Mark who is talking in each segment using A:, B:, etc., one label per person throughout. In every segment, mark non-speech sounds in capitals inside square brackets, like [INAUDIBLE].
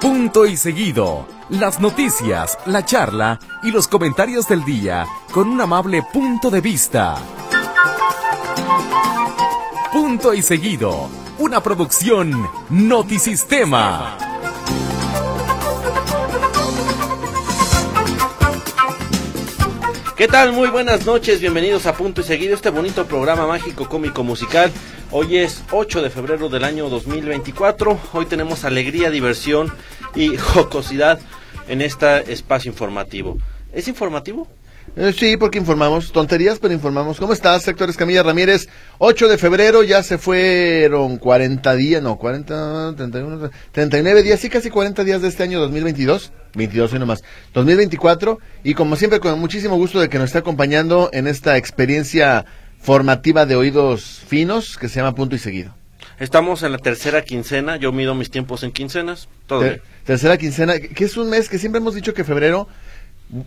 A: Punto y seguido. Las noticias, la charla y los comentarios del día con un amable punto de vista. Punto y seguido. Una producción Notisistema.
B: ¿Qué tal? Muy buenas noches, bienvenidos a Punto y Seguido, este bonito programa mágico cómico musical. Hoy es 8 de febrero del año 2024, hoy tenemos alegría, diversión y [LAUGHS] jocosidad en este espacio informativo. ¿Es informativo?
C: Eh, Sí, porque informamos, tonterías, pero informamos. ¿Cómo estás, Héctor Escamilla Ramírez? 8 de febrero, ya se fueron 40 días, no, 40, 31, 39 días, sí, casi 40 días de este año 2022, 22 hoy nomás, 2024, y como siempre, con muchísimo gusto de que nos esté acompañando en esta experiencia formativa de oídos finos que se llama Punto y Seguido.
B: Estamos en la tercera quincena, yo mido mis tiempos en quincenas, todo
C: Ter-
B: bien.
C: tercera quincena, que es un mes que siempre hemos dicho que febrero,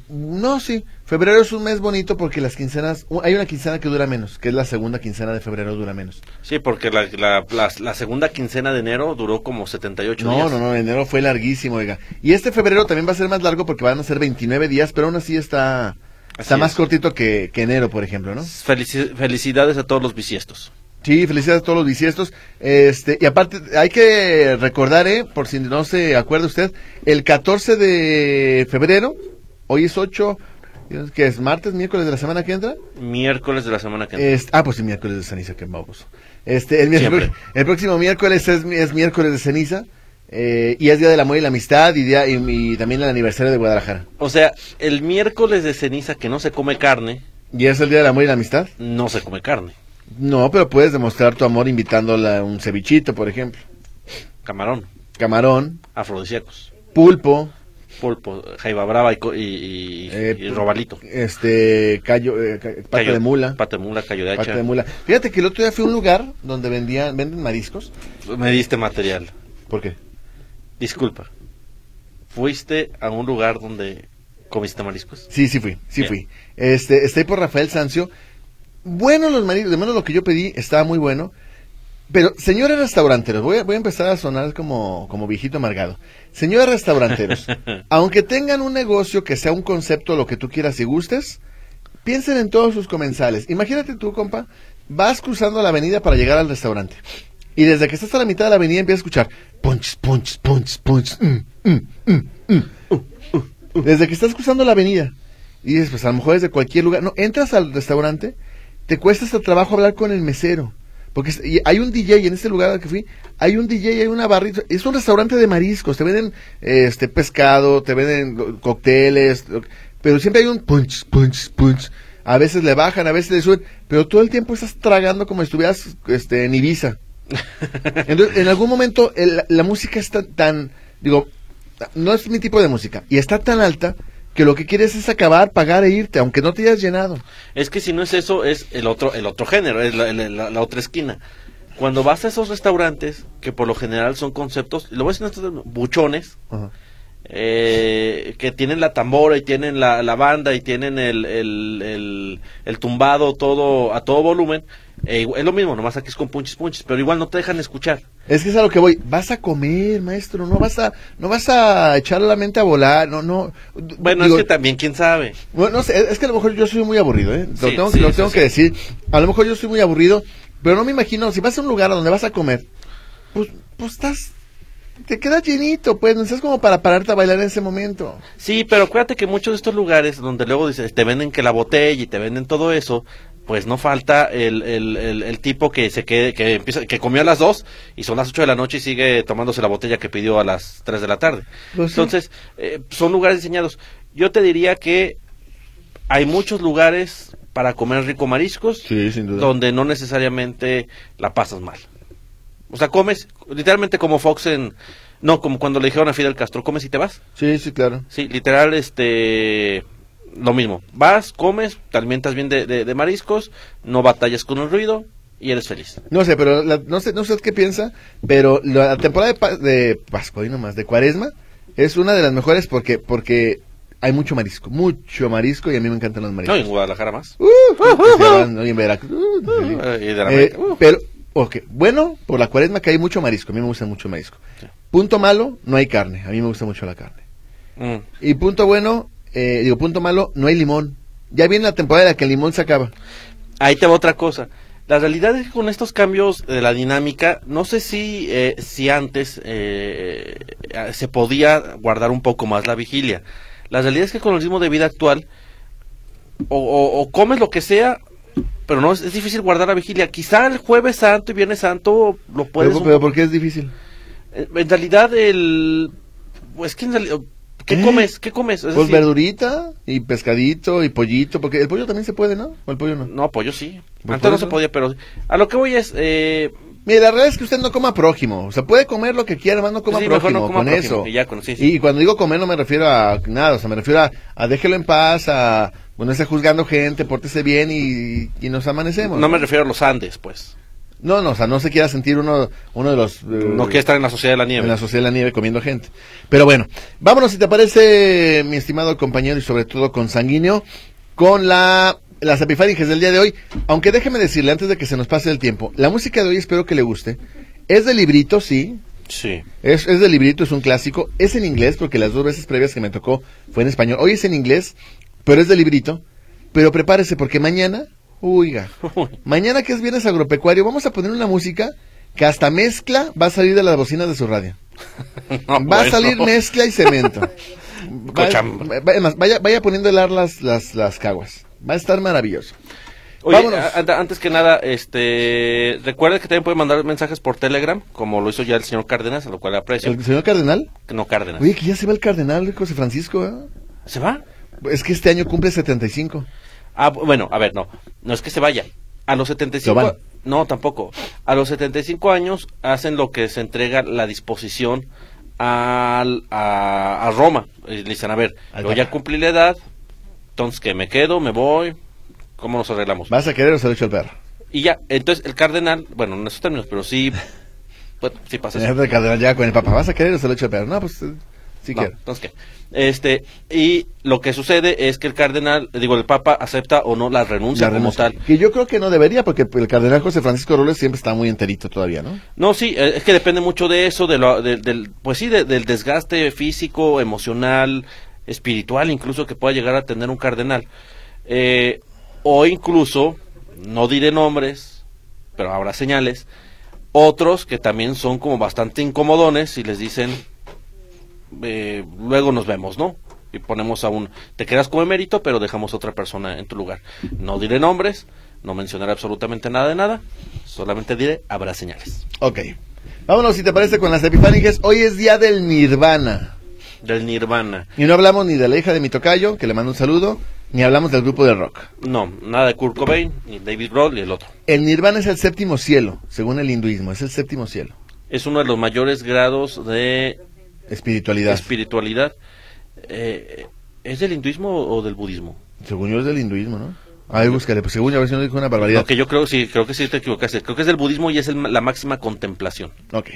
C: no, sí, febrero es un mes bonito porque las quincenas, u- hay una quincena que dura menos, que es la segunda quincena de febrero dura menos.
B: Sí, porque la, la- la- la segunda quincena de enero duró como 78
C: No,
B: días.
C: no, no, enero fue larguísimo, oiga. Y este febrero también va a ser más largo porque van a ser 29 días, pero aún así está, está
B: Así
C: más
B: es.
C: cortito que, que enero, por ejemplo, ¿no?
B: Felici- felicidades a todos los bisiestos.
C: Sí, felicidades a todos los bisiestos. Este, y aparte, hay que recordar, ¿eh? por si no se acuerda usted, el 14 de febrero, hoy es 8, que es martes, miércoles de la semana que entra.
B: Miércoles de la semana que entra.
C: Este, ah, pues el miércoles de ceniza, que baboso. Este, el, miércoles-
B: Siempre.
C: el próximo miércoles es, mi- es miércoles de ceniza eh, y es Día del Amor y la Amistad y, día, y, y también el aniversario de Guadalajara.
B: O sea, el miércoles de ceniza que no se come carne,
C: ¿Y es el Día del Amor y la Amistad?
B: no se come carne.
C: No, pero puedes demostrar tu amor invitándola a un cevichito, por ejemplo.
B: Camarón,
C: Camarón,
B: afrodisíacos,
C: pulpo,
B: pulpo, jaiba brava y, co- y, y-
C: eh,
B: y robalito.
C: Este, callo, eh, ca- pata
B: Callo-
C: de mula.
B: Pata de mula, callo de hacha.
C: Pata de mula. Fíjate que el otro día fui a un lugar donde vendían, venden mariscos.
B: Me diste material.
C: ¿Por qué?
B: Disculpa. ¿Fuiste a un lugar donde comiste mariscos?
C: Sí, sí fui, sí
B: Bien.
C: fui. Este, estoy por Rafael Sancio. Bueno los mariscos, de menos lo que yo pedí, estaba muy bueno. Pero, señores restauranteros, voy a, voy a empezar a sonar como, como viejito amargado. Señores restauranteros, aunque tengan un negocio que sea un concepto, lo que tú quieras y gustes, piensen en todos sus comensales. Imagínate tú, compa, vas cruzando la avenida para llegar al restaurante. Y desde que estás a la mitad de la avenida empiezas a escuchar punches, punches, punches, punches. mm, mm, mm, mm, uh, uh, uh. Desde que estás cruzando la avenida. Y dices, pues a lo mejor desde cualquier lugar. No, entras al restaurante, te cuesta hasta trabajo hablar con el mesero. Porque es- y hay un DJ en este lugar al que fui, hay un DJ, hay una barrita, es un restaurante de mariscos, te venden eh, este pescado, te venden lo- cócteles, lo- pero siempre hay un punch, punch, punch. A veces le bajan, a veces le suben, pero todo el tiempo estás tragando como si estuvieras este, en Ibiza. Entonces, en algún momento el- la música está tan, digo, no es mi tipo de música, y está tan alta que lo que quieres es acabar, pagar e irte, aunque no te hayas llenado.
B: Es que si no es eso, es el otro, el otro género, es la, la- la- la otra esquina. Cuando vas a esos restaurantes, que por lo general son conceptos, lo voy a decir en estos términos, buchones,
C: Ajá.
B: eh, que tienen la tambora y tienen la, la banda y tienen el, el, el- el tumbado todo a todo volumen. e igual- es lo mismo, nomás aquí es con punches punches, pero igual no te dejan escuchar.
C: Es que es a lo que voy. Vas a comer, maestro. No vas a, no vas a echar la mente a volar. No, no.
B: Bueno,
C: Digo,
B: es que también, quién sabe.
C: bueno, no sé, es que a lo mejor yo soy muy aburrido, ¿eh? Lo
B: Sí,
C: tengo,
B: sí,
C: lo
B: eso
C: tengo
B: sí.
C: que decir. A lo mejor yo soy muy aburrido, pero no me imagino, si vas a un lugar a donde vas a comer, pues, pues estás, te quedas llenito, pues, no estás como para pararte a bailar en ese momento.
B: Sí, pero acuérdate que muchos de estos lugares donde luego dices, te venden que la botella y te venden todo eso, pues no falta el, el, el, el tipo que se quede, que empieza, que comió a las dos y son las 8 de la noche y sigue tomándose la botella que pidió a las 3 de la tarde.
C: Pues sí.
B: Entonces, eh, son lugares diseñados. Yo te diría que hay muchos lugares para comer rico mariscos
C: sin
B: donde no necesariamente la pasas mal. O sea, comes, literalmente como Fox en... No, como cuando le dijeron a Fidel Castro, comes y te vas.
C: Sí, sí, claro.
B: Sí, literal, este. Lo mismo. Vas, comes, te alimentas bien de, de- de mariscos, no batallas con el ruido y eres feliz.
C: No sé, pero la- no sé, no sé qué piensa, pero la temporada de, pa- de Pascua y nomás, de Cuaresma, es una de las mejores porque porque hay mucho marisco, mucho marisco y a mí me encantan los
B: No, y en
C: mariscos.
B: Guadalajara más.
C: Uh, que se van, ¿no? Y en Veracruz. uh,
B: Uh, y de la
C: eh,
B: América. Uh.
C: pero, ok, bueno, por la Cuaresma que hay mucho marisco, a mí me gusta mucho el marisco. Punto malo, no hay carne. A mí me gusta mucho la carne.
B: Mm.
C: Y punto bueno, eh, digo, punto malo, no hay limón. Ya viene la temporada en la que el limón se acaba.
B: Ahí te va otra cosa. La realidad es que con estos cambios de la dinámica, no sé si, eh, si antes eh, eh, se podía guardar un poco más la vigilia. La realidad es que con el ritmo de vida actual, o, o- o comes lo que sea, pero no es, es difícil guardar la vigilia. Quizá el jueves santo y viernes santo lo puedes...
C: pero, pero ¿por qué es difícil?
B: Eh, En realidad el... Pues que en realidad- ¿Qué
C: ¿Eh?
B: comes? ¿Qué comes? Es
C: Pues
B: decir,
C: verdurita y pescadito y pollito, porque el pollo también se puede, ¿no? O el pollo no.
B: No, pollo sí.
C: Pues
B: Antes
C: por
B: no se
C: eso.
B: podía, pero... A lo que voy es... eh,
C: Mire, la realidad es que usted no coma prójimo. O sea, puede comer lo que quiera, más no coma
B: Pues Sí, mejor
C: prójimo
B: no coma
C: con
B: prójimo,
C: eso.
B: que ya con- sí, sí.
C: Y cuando digo comer no me refiero a nada, o sea, me refiero a, a déjelo en paz, a bueno, no esté juzgando gente, pórtese bien y, y nos amanecemos.
B: no me refiero a los Andes, pues.
C: No, no, o sea, no se quiera sentir uno, uno de los... eh,
B: No quiere estar en la sociedad de la nieve.
C: en la sociedad de la nieve comiendo gente. Pero bueno, vámonos si te parece, mi estimado compañero y sobre todo consanguíneo, con la las epifanías del día de hoy. Aunque déjeme decirle antes de que se nos pase el tiempo, la música de hoy espero que le guste. Es de librito, sí.
B: Sí. [LAUGHS]
C: Es, es de librito, es un clásico. Es en inglés, porque las dos veces previas que me tocó fue en español. Hoy es en inglés, pero es de librito. Pero prepárese, porque mañana, oiga, mañana que es viernes agropecuario, vamos a poner una música que hasta mezcla va a salir de las bocinas de su radio.
B: No,
C: Va a
B: Ah, bueno.
C: salir mezcla
B: [LAUGHS]
C: y cemento. Va-
B: Cocham-
C: va- va- además, vaya, vaya poniendo a helar las, las, las caguas. Va a estar maravilloso.
B: Oye,
C: Vámonos.
B: a- anda- antes que nada, este, recuerda que también puede mandar mensajes por Telegram, como lo hizo ya el señor Cárdenas, a lo cual aprecio.
C: El señor Cardenal.
B: No Cárdenas.
C: Oye, que ya se va el Cardenal, José Francisco. ¿eh?
B: ¿Se va?
C: Es que este año cumple 75.
B: Ah, bu- bueno, a ver, no. No es que se vaya. A los 75...
C: Lo van.
B: No, tampoco. A los 75 años hacen lo que se entrega la disposición al, a, a Roma. Y Le dicen, a ver,
C: Al
B: yo ya
C: Papa.
B: cumplí la edad, entonces que me quedo, me voy, ¿cómo nos arreglamos?
C: Vas a querer o se lo echo al perro.
B: Y ya, entonces el cardenal, bueno, en esos términos, pero sí, bueno, sí pasa eso.
C: Señor del Cardenal, ya con el papá. ¿Vas a querer o se lo echo al perro? No, pues eh, [LAUGHS] sí
B: No,
C: quiero.
B: entonces, ¿qué? Este, y lo que sucede es que el cardenal, digo, el papa acepta o no la renuncia
C: La
B: como
C: renuncia.
B: tal.
C: Que yo creo que no debería, porque el Cardenal José Francisco Robles siempre está muy enterito todavía, ¿no?
B: No, sí, eh, es que depende mucho de eso, de lo- del, del- pues sí, de- del desgaste físico, emocional, espiritual, incluso que pueda llegar a tener un cardenal. Eh, o incluso, no diré nombres, pero habrá señales, otros que también son como bastante incomodones y les dicen, eh, luego nos vemos, ¿no? Y ponemos a un, te quedas como emérito, pero dejamos a otra persona en tu lugar. No diré nombres, no mencionaré absolutamente nada de nada, solamente diré, habrá señales.
C: Ok. Vámonos, si te parece, con las epifanías. Hoy es día del Nirvana.
B: Del Nirvana.
C: Y no hablamos ni de la hija de mi tocayo, que le mando un saludo, ni hablamos del grupo de rock.
B: No, nada de Kurt Cobain, ni David Grohl y el otro.
C: El nirvana es el séptimo cielo, según el hinduismo, es el séptimo cielo.
B: Es uno de los mayores grados de
C: Espiritualidad.
B: espiritualidad. Eh, ¿Es del hinduismo o del budismo?
C: según yo es del hinduismo, ¿no? A ver, búscale, pues según yo, a ver si no dijo una barbaridad.
B: Porque yo creo, sí, creo que sí te equivocaste. Creo que es del budismo y es el- la máxima contemplación.
C: Ok.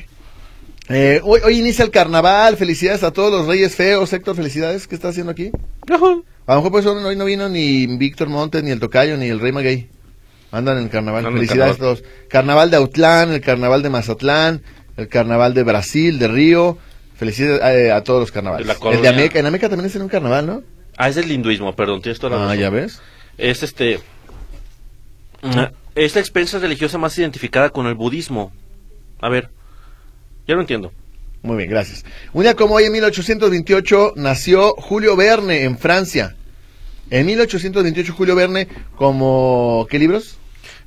C: Eh, hoy, hoy inicia el carnaval, felicidades a todos los reyes feos. Héctor, felicidades, ¿qué está haciendo aquí? A lo mejor pues hoy no vino ni Víctor Montes, ni el Tocayo, ni el Rey Maguey. Andan en el carnaval.
B: Andan en el
C: Felicidades
B: carnaval.
C: a todos. Carnaval de Autlán, el carnaval de Mazatlán, el carnaval de Brasil, de Río. Felicidades eh, a todos los
B: De
C: carnavales.
B: la
C: el de
B: colonia.
C: Ameca. En Ameca también es en un carnaval, ¿no?
B: Ah, es del hinduismo, perdón, tienes toda la
C: Ah,
B: razón.
C: ya ves.
B: Es este. ah, Es la experiencia religiosa más identificada con el budismo. A ver, ya lo entiendo.
C: Muy bien, gracias. Un día como hoy, en 1828, nació Julio Verne en Francia. En 1828, Julio Verne, como... ¿Qué libros?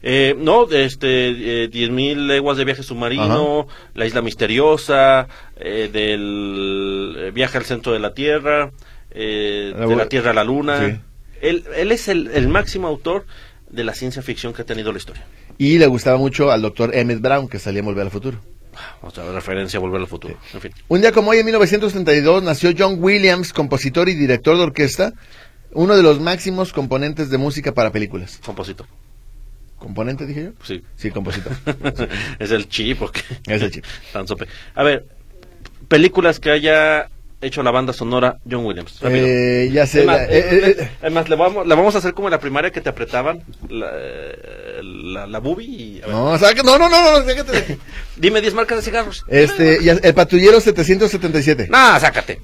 B: Eh, no, este, eh, 10.000 leguas de viaje submarino, la isla misteriosa, eh, del eh, viaje al centro de la Tierra, eh,
C: La
B: de
C: bo-
B: la Tierra a la Luna.
C: Sí.
B: Él, él es el, el máximo autor de la ciencia ficción que ha tenido la historia.
C: Y le gustaba mucho al doctor Emmett Brown, que salía en Volver al Futuro.
B: O sea, referencia a Volver al Futuro. En fin.
C: Un día como hoy, en 1932, nació John Williams, compositor y director de orquesta, uno de los máximos componentes de música para películas.
B: Compositor.
C: ¿Componente, dije yo?
B: Sí. [LAUGHS]
C: Sí, compositor.
B: es el chip, ¿o qué? [LAUGHS]
C: Es el chip.
B: Tan sope. A ver, películas que haya hecho la banda sonora John Williams. rápido.
C: Eh, ya sé.
B: Es más,
C: la- eh, eh, eh,
B: además, le vamos, la vamos a hacer como en la primaria que te apretaban la, eh, la, la boobie y... a ver.
C: No, saca- no, no, no, no, sácate de-
B: Dime 10 marcas de cigarros.
C: Este, ya- el patrullero 777.
B: No, sácate.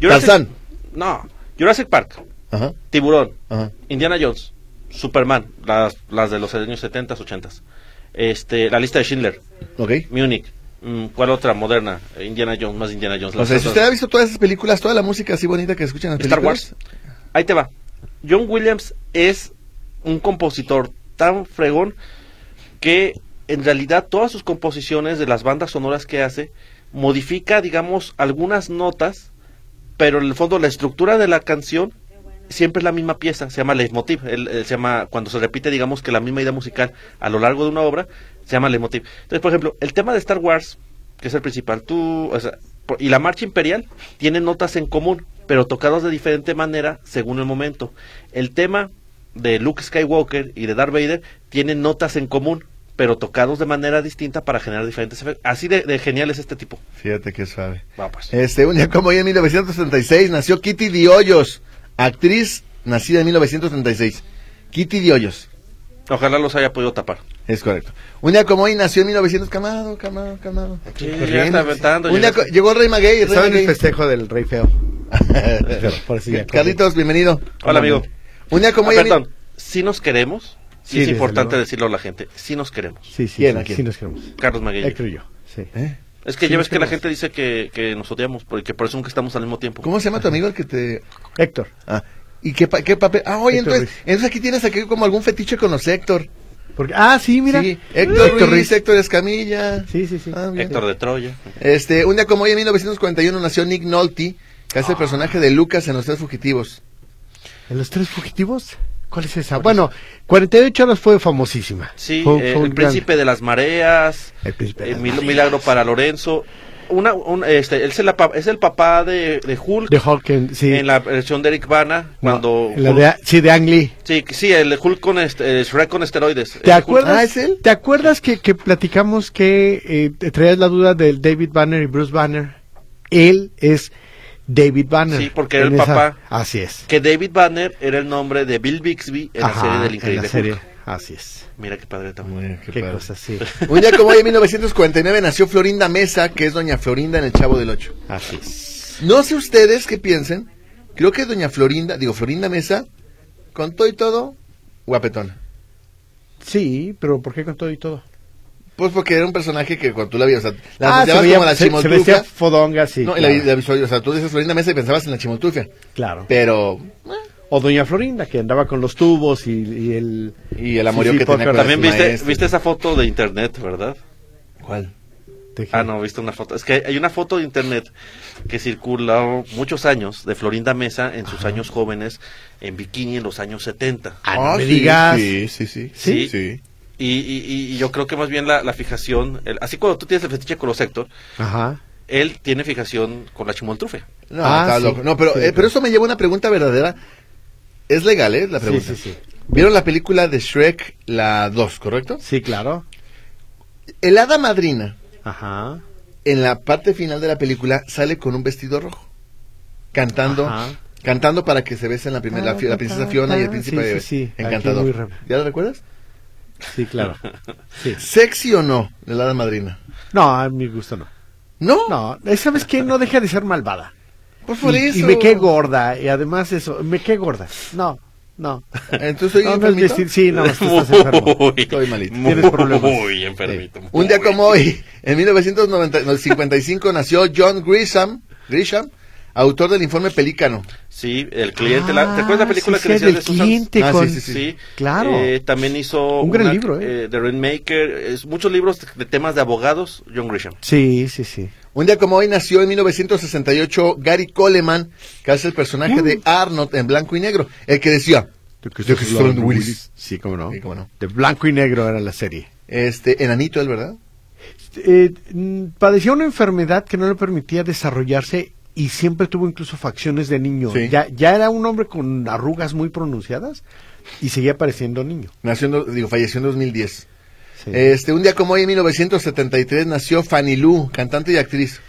C: Tarzán.
B: No. Jurassic Park.
C: Ajá,
B: Tiburón.
C: ajá.
B: Indiana Jones. Superman. Las, las de los años 70, 80. Este, la lista de Schindler.
C: Ok.
B: Munich. Mm, ¿Cuál otra moderna? Eh, Indiana Jones, más Indiana Jones.
C: O
B: Las
C: sea, si
B: otras-
C: usted ha visto todas esas películas, toda la música así bonita que escuchan en las
B: Star
C: películas,
B: Wars. Ahí te va. John Williams es un compositor tan fregón que en realidad todas sus composiciones de las bandas sonoras que hace modifica, digamos, algunas notas, pero en el fondo la estructura de la canción siempre es la misma pieza, se llama leitmotiv, el- el- se llama cuando se repite, digamos, que la misma idea musical a lo largo de una obra, se llama leitmotiv. Entonces, por ejemplo, el tema de Star Wars, que es el principal, tú, o sea, por- y la marcha imperial tienen notas en común, pero tocadas de diferente manera según el momento. El tema de Luke Skywalker y de Darth Vader tienen notas en común, pero tocados de manera distinta para generar diferentes efectos. Así de, de genial es este tipo.
C: Fíjate qué suave.
B: Va, pues.
C: Este, un día como hoy en 1976 nació Kitty Diollos, actriz nacida en 1936. Kitty Diollos,
B: Ojalá los haya podido tapar.
C: es correcto. Un día como hoy nació en 1900 Camado, Camado, Camado.
B: Sí,
D: corriendo,
B: ya está aventando,
C: Un
B: ya
C: día co- llegó Rey Maguey,
D: Estaba
C: Rey [LAUGHS]
D: en el
C: Maguey.
D: festejo del rey feo. Por si ya-
C: Carlitos, bienvenido.
B: Hola, amigo.
C: Un día como hoy
B: Ah,
C: en-
B: perdón, si nos queremos,
D: Sí,
B: y es
D: desde
B: importante
D: luego.
B: decirlo a la gente, si nos queremos.
D: Sí, sí,
C: ¿Quién,
D: sí,
C: a quién?
D: sí nos queremos.
B: Carlos
D: Él
B: Maguey.
D: creo yo, sí.
C: ¿Eh?
B: Es que
D: Sí
B: ya
D: nos
B: ves que la
D: queremos.
B: gente dice que, que nos odiamos, porque por eso nunca estamos al mismo tiempo.
C: ¿Cómo se llama tu amigo el que te
D: Héctor.
C: Ah, ¿y qué, pa- qué papel? Ah, oye,
D: Héctor
C: entonces,
D: Ruiz.
C: entonces aquí tienes aquí como algún fetiche con los Héctor.
D: Porque, ah, sí, mira.
C: Sí, Héctor, Ruiz, Héctor Escamilla.
D: Sí, sí, sí.
C: Ah, bien.
B: Héctor de Troya.
C: Este, un día como hoy, en 1941, nació Nick Nolte, que hace el personaje de Lucas en Los Tres Fugitivos.
D: ¿En los tres fugitivos? ¿Cuál es esa? Bueno, 48 horas fue famosísima.
B: Sí,
D: Fue-
B: eh,
D: fue un
B: el
D: gran-
B: Príncipe de las Mareas,
D: El príncipe. de
B: eh,
D: las
B: Mil-
D: mareas.
B: Milagro para Lorenzo. Una, un- este, él es, la pa- es el papá de, de Hulk
D: De Hulk, en- sí.
B: en la versión de Eric Bana, cuando...
D: No, en la
B: Hulk-
D: de- sí, de Ang Lee.
B: sí, sí, el Hulk con este, eh, Shrek con esteroides.
D: ¿Te
B: El
D: acuerdas?
C: Ah, ¿es él?
D: ¿Te acuerdas que, que platicamos que eh, te traías la duda del David Banner y Bruce Banner? Él es David Banner.
B: Sí, porque era
D: en
B: el papá.
D: Así es.
B: Hulk- que David Banner era el nombre de Bill Bixby en
D: Ajá,
B: la serie del
D: en
B: Increíble
D: la serie.
B: Hulk.
D: Así es.
B: Mira Eh, qué padre está.
D: Qué,
B: [LAUGHS]
D: cosa, sí.
C: Un día como hoy,
D: [LAUGHS]
C: en 1949, nació Florinda Mesa, que es Doña Florinda en El Chavo del Ocho.
D: Así es.
C: No sé ustedes qué piensen, creo que Doña Florinda, digo, Florinda Mesa, con todo y todo, guapetona.
D: Sí, pero ¿por qué con todo y todo? Ah,
C: Pues porque era un personaje que cuando tú la veías, o sea, la
D: se,
C: asociabas
D: veía-
C: como a la
D: se- se
C: chimoltrufia.
D: vestía fodonga, sí.
C: no, y la,
D: claro.
C: la visual- o sea, tú dices Florinda Mesa y pensabas en la chimoltrufia.
D: claro.
C: Pero,
D: O Doña Florinda, que andaba con los tubos y, y el...
C: Y el amorío que tenía
D: póker.
C: con
B: También
C: Las
B: viste,
C: maestras.
B: viste esa foto de internet, ¿verdad?
C: ¿cuál?
D: Te dije,
B: Ah, no, viste una foto. Es que hay una foto de internet que circuló muchos años de Florinda Mesa en sus años jóvenes en bikini en los años 70.
D: Ah, no me digas.
C: Sí, sí, sí.
D: ¿Sí?
B: Y, y- y- y yo creo que más bien la, la fijación, el- así cuando tú tienes el fetiche con los Héctor,
D: Ajá.
B: él tiene fijación con la chimoltrufe.
C: No,
D: Ah,
C: estaba
D: sí.
C: loco. No, pero,
D: Sí,
C: eh,
D: sí.
C: pero eso me lleva a una pregunta verdadera. Es legal, ¿eh? La pregunta.
D: Sí, sí, sí.
C: ¿Vieron la película de Shrek, la 2, correcto?
D: Sí, claro.
C: El hada madrina,
D: Ajá.
C: en la parte final de la película, sale con un vestido rojo. Cantando.
D: Ajá.
C: Cantando para que se besen la, primera, la, fi- la princesa Fiona y el príncipe
D: Sí,
C: de
D: sí, sí. Aquí
C: encantador.
D: muy re-
C: ¿Ya lo recuerdas? [LAUGHS]
D: Sí, claro. Sí.
C: ¿Sexy o no? de La hada madrina.
D: No, a mi gusto no.
C: No,
D: No, eh, ¿sabes qué? No deja de ser malvada.
C: pues [LAUGHS] por
D: y,
C: eso.
D: y me quedé gorda, y además eso, me quedé gorda. No,
C: [LAUGHS]
D: no.
C: Entonces soy
D: no, no es
C: enfermito.
D: vestir- sí, no, tú
C: [LAUGHS]
D: estás
B: [LAUGHS]
D: enfermo.
C: Estoy malito.
B: Muy,
D: Tienes problemas.
B: enfermito.
C: Sí. Un día como hoy, en 1955, nació John Grisham, Grisham, autor del informe Pelícano.
B: Sí, el cliente. la- ¿Te acuerdas la
D: Ah,
B: película que
D: sí, sí,
B: decías de
D: del
B: Susan?
D: cliente
C: Ah, sí,
D: con...
C: sí,
B: Sí,
C: sí.
D: Claro.
B: Eh, también hizo
D: Un gran libro, ¿eh?
B: The Rainmaker, es, muchos libros de, de temas de abogados, John Grisham.
D: Sí, sí, sí.
C: Un día como hoy nació en 1968 Gary Coleman, que hace el personaje de Arnold en blanco y negro, el que decía,
D: De
C: Christopher Willis.
D: Sí, cómo no.
C: Sí, cómo no.
D: De blanco y negro era la serie.
C: este, enanito, él, ¿verdad?
D: Eh, mm, padecía una enfermedad que no le permitía desarrollarse y siempre tuvo incluso facciones de niño.
C: Sí.
D: Ya, ya era un hombre con arrugas muy pronunciadas y seguía pareciendo niño.
C: Nació, en do- digo, falleció en 2010.
D: Sí.
C: Este, un día como hoy en 1973 nació Fanny Lou, cantante y actriz.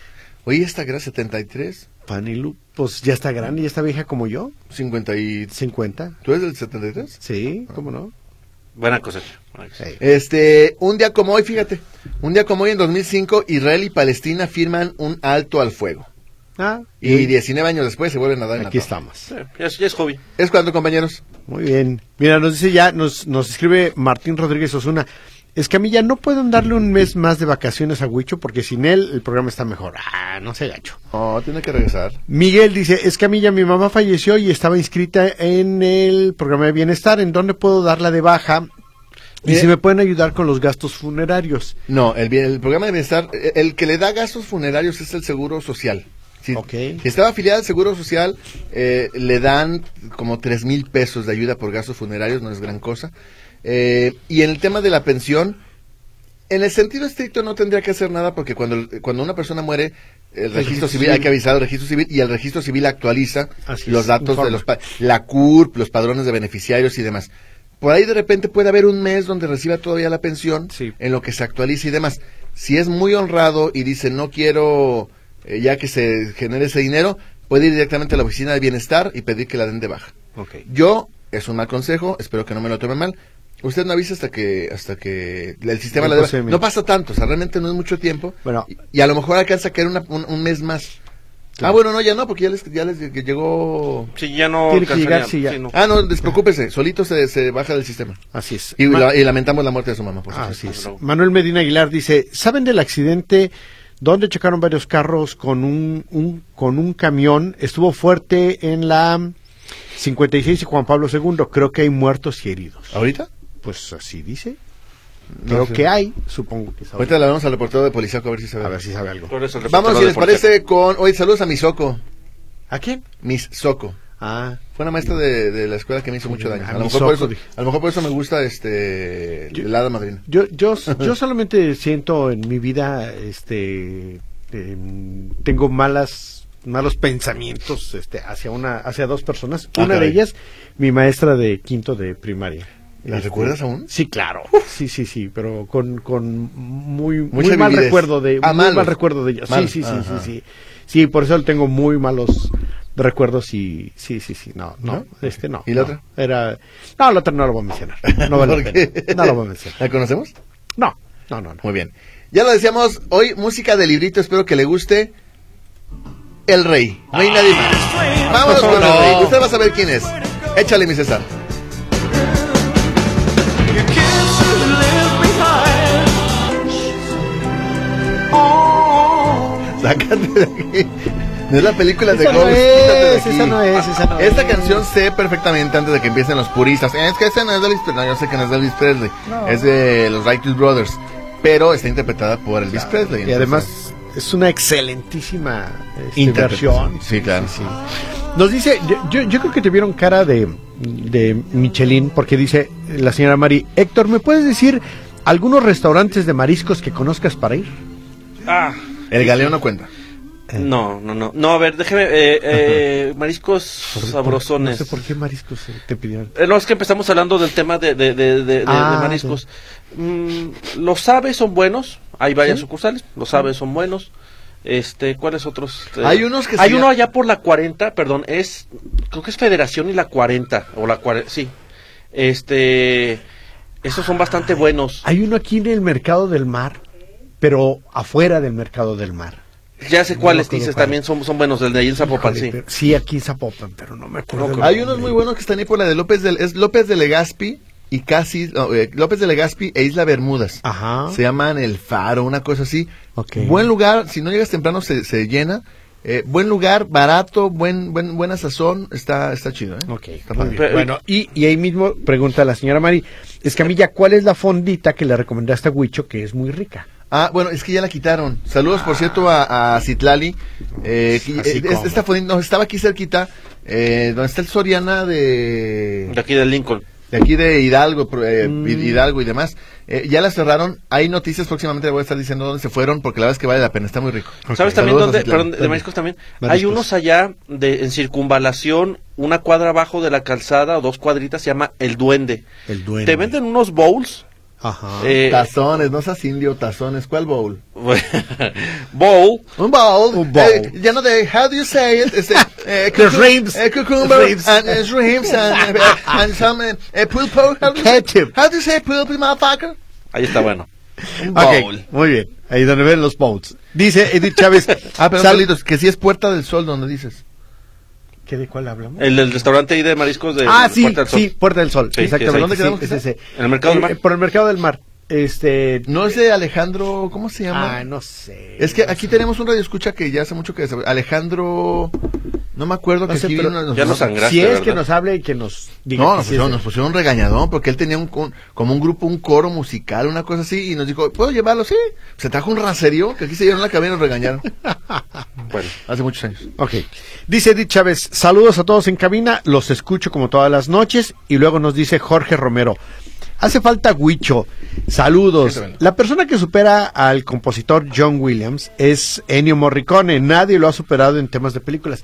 C: Oye, esta que era 73.
D: Fanny Lu, pues ya está grande, ya está vieja como yo,
C: 50 y...
D: 50.
C: ¿Tú eres del 73?
D: Sí, ¿cómo no? Eh,
B: Buena cosecha. buena cosecha.
D: Ey.
C: Este, un día como hoy, fíjate, un día como hoy en 2005, Israel y Palestina firman un alto al fuego.
D: Ah,
C: Y
D: y
C: 19 años después se vuelven a dar en la
D: aquí
C: torre.
D: estamos.
B: Sí, ya, es- ya es hobby.
C: ¿Es cuando, compañeros?
D: Muy bien. Mira, nos dice ya, nos, nos escribe Martín Rodríguez Osuna. Es que a mí ya no pueden darle un mes más de vacaciones a Huicho porque sin él el programa está mejor. Ah, no se gacho.
C: Oh, tiene que regresar.
D: Miguel dice, es que a mí ya mi mamá falleció y estaba inscrita en el programa de bienestar. ¿En dónde puedo darla de baja? Y
C: Mire-
D: si me pueden ayudar con los gastos funerarios.
C: No, el, bien- el programa de bienestar, eh, el que le da gastos funerarios es el Seguro Social. Si,
D: Ok.
C: si estaba afiliado al Seguro Social, eh, le dan como tres mil pesos de ayuda por gastos funerarios, no es gran cosa. Eh, y en el tema de la pensión, en el sentido estricto no tendría que hacer nada porque cuando, cuando una persona muere, el registro,
D: Registro
C: civil, hay
D: civil.
C: que avisar al registro civil y el registro civil actualiza
D: Así
C: los
D: es,
C: datos
D: informa.
C: de los, pa- la CURP, los padrones de beneficiarios y demás. Por ahí de repente puede haber un mes donde reciba todavía la pensión,
D: Sí.
C: en lo que se actualiza y demás. Si es muy honrado y dice no quiero eh, ya que se genere ese dinero, puede ir directamente a la oficina de bienestar y pedir que la den de baja. Yo, es un mal consejo, espero que no me lo tomen mal. Usted no avisa hasta que hasta que el sistema
D: El
C: la deba-
D: procedimiento.
C: No pasa tanto, o sea, realmente no es mucho tiempo.
D: Bueno.
C: y, y a lo mejor alcanza a caer una- un, un mes más. Ah, bueno, no, ya no, porque ya les, ya les ll- llegó...
B: Sí, ya no.
D: Tiene que
B: alcanzaría.
D: llegar, sí, ya.
B: no.
C: Ah, no, despreocúpese, solito se, se baja del sistema.
D: Así es.
C: Y,
D: Ma- Ah,
C: la- y lamentamos la muerte de su mamá, por supuesto.
D: Pues Así es.
B: Bravo.
D: Manuel Medina Aguilar dice, ¿saben del accidente donde chocaron varios carros con un, un- con un camión? Estuvo fuerte en la 56 y Juan Pablo II. Creo que hay muertos y heridos.
C: ¿Ahorita?
D: Pues así dice.
C: No
D: Creo
C: sé.
D: que hay, supongo que es
C: Ahorita le hablamos al reportero de policía a ver si se ve.
D: A ver si sabe algo.
B: Tú eres el
C: Vamos,
B: reportero
C: si les
B: de Fonseca.
C: parece, con... Oye, saludos a mi soco.
D: ¿A quién?
C: Mis soco.
D: Ah,
C: Fue una maestra de, de la escuela que me hizo mucho daño.
D: A
C: A lo,
D: mi
C: mejor por
D: soco,
C: eso,
D: dije.
C: a lo mejor por eso me gusta este
D: Yo-
C: la hada madrina.
D: yo,
C: [LAUGHS]
D: yo, yo solamente siento en mi vida, este, em, tengo malas malos pensamientos este, hacia una hacia dos personas
C: Ah,
D: una de
C: caray.
D: ellas mi maestra de quinto de primaria
C: ¿La
D: Este,
C: recuerdas aún?
D: sí claro sí sí sí pero con, con muy muy
C: Mucha
D: mal
C: vividez.
D: recuerdo de
C: Ah,
D: muy mal
C: malos.
D: recuerdo de ella sí
C: Malos,
D: sí sí, sí
C: ajá.
D: sí sí por eso tengo muy malos recuerdos y sí sí sí no no,
C: ¿No?
D: este no
C: ¿Y la
D: no.
C: otra?
D: era no la otra no lo voy a mencionar no vale la
C: [LAUGHS] ¿Por qué?
D: pena. no lo voy a mencionar
C: ¿La conocemos?
D: no, no, no. no.
C: Muy bien. Ya lo decíamos, hoy música de librito, espero que le guste. El rey. No hay nadie más. Vámonos con el rey. Usted va a saber quién es. Échale, mi César.
E: Your kisses left behind. Oh,
C: Sácate de aquí. No es la película de
D: Esa no
C: Ghost.
D: es,
C: quítate de aquí.
D: esa no es, esa no
C: Esta
D: es.
C: canción sé perfectamente antes de que empiecen los puristas. Es que esa no es de Elvis Presley. No, yo sé que no es de Elvis Presley.
D: No.
C: Es de los Righteous Brothers. Pero está interpretada por Elvis Presley.
D: Y
C: entonces-
D: además es una excelentísima este,
C: Interpretación.
D: versión.
C: Sí, claro.
D: Nos dice, yo, yo- yo creo que te vieron cara de, de Michelin, porque dice la señora Mari, Héctor, ¿me puedes decir algunos restaurantes de mariscos que conozcas para ir?
B: Ah,
C: El galeón no cuenta.
B: no, no, no. No, a ver, déjeme. eh, eh, mariscos sabrosones.
D: No sé por qué mariscos eh, te pidieron.
B: Eh, No, es que empezamos hablando del tema de, de- de- de- de- de
D: Ah,
B: mariscos. Mm, los aves son buenos. Hay varias
D: Sí.
B: sucursales. Los aves son buenos. Este, ¿cuáles otros? Eh,
C: Hay unos que se
B: Hay uno
C: llama-
B: allá por la 40, perdón, es creo que es Federación y la 40 o la 40, sí. Este, esos son bastante buenos.
D: Hay uno aquí en el mercado del mar, pero afuera del mercado del mar.
B: Ya sé
D: no
B: cuáles
D: recuerdo
B: dices
D: cuál.
B: también son, son buenos, el de ahí en Zapopan,
D: Híjole,
B: sí.
D: pero- sí, aquí en Zapopan, pero no me acuerdo.
B: No,
D: el
C: Hay
D: nombre.
C: unos muy buenos que están ahí por la de López de, es López de Legazpi y casi no, eh, López de Legazpi e Isla Bermudas.
D: Ajá.
C: Se llaman El Faro, una cosa así.
D: Ok.
C: Buen lugar, si no llegas temprano se, se llena. Eh, buen lugar, barato, buen, buen buena sazón, está está chido, ¿eh?
D: Ok,
C: Está
D: muy
C: padre.
D: bien. Bueno, y, y ahí mismo pregunta la señora Mari, Escamilla, ¿cuál es la fondita que le recomendaste a Huicho que es muy rica?
C: Ah, bueno, es que ya la quitaron. Saludos, por cierto, a, a Citlali. Eh, que-
D: Así
C: eh, es-
D: como.
C: esta fue- no, estaba aquí cerquita, eh, donde está el Soriana de...
B: De aquí Mm. del Lincoln.
C: de aquí de Hidalgo, pro- eh, Hidalgo y demás. Eh, ya la cerraron. Hay noticias próximamente. Le voy a estar diciendo dónde se fueron porque la verdad es que vale la pena. Está muy rico.
B: ¿Sabes también
C: Saludos a
B: dónde?
C: Citlali.
B: Perdón, de mariscos también. Hay
D: Mariscos.
B: unos allá de, en circunvalación, una cuadra abajo de la calzada o dos cuadritas, se llama El Duende.
D: El duende.
B: Te venden unos bowls
D: Ajá.
B: Eh,
C: tazones, no seas indio, tazones. ¿Cuál bowl?
B: [LAUGHS] bowl.
C: Un bowl.
D: Un bowl.
C: Eh, lleno de, how do you say it?
D: [LAUGHS]
C: Este, eh,
D: The
C: cucu-
D: ribs.
C: eh, cucumber
D: Ribs.
C: and eh, shrimps and, eh,
D: [LAUGHS]
C: and some eh, eh, pulpo. How do you
D: Ketchup.
C: Say, how do you say pulpo, motherfucker?
B: Ahí está bueno. Un
D: Ok,
B: bowl.
D: muy bien. Ahí donde ven los bowls. Dice Edith [LAUGHS] Chávez.
C: [LAUGHS] Ah, pero
D: sal-
C: Carlitos, que si es Puerta del Sol donde dices.
D: ¿Qué de cuál hablamos?
B: El, el restaurante ahí de mariscos Eh, de
D: ah, sí,
B: Puerta del Sol.
D: sí, Puerta del Sol.
B: Sí,
D: Exactamente.
B: que es ahí.
D: ¿Dónde
C: Sí,
D: quedamos?
C: que
D: Es
C: sí.
D: ese.
B: En el Mercado del Mar.
D: Eh, Por el Mercado del Mar. Este.
C: No es de Alejandro, ¿cómo se llama?
D: Ah, no sé.
C: Es que aquí tenemos un radio escucha que ya hace mucho que desab- Alejandro, no me acuerdo
D: No
C: que
D: sé,
C: aquí
D: pero-
C: vino- nos-
B: Ya
C: nos-
B: nos sangraste,
D: Si es
B: ¿verdad?
D: que nos hable y que nos diga.
C: No,
D: que
C: nos
D: sí
C: pusieron,
D: es
C: nos pusieron un regañadón porque él tenía un, un- como un grupo, un coro musical, una cosa así, y nos dijo, ¿puedo llevarlo? Sí. Se trajo un raserío que aquí se dieron la cabina y nos regañaron.
B: Bueno.
C: [LAUGHS] Hace muchos años.
D: Ok. Dice Edith Chávez, saludos a todos en cabina, los escucho como todas las noches. Y luego nos dice Jorge Romero, hace falta Huicho, saludos.
C: Entra, bueno.
D: La persona que supera al compositor John Williams es Ennio Morricone, nadie lo ha superado en temas de películas.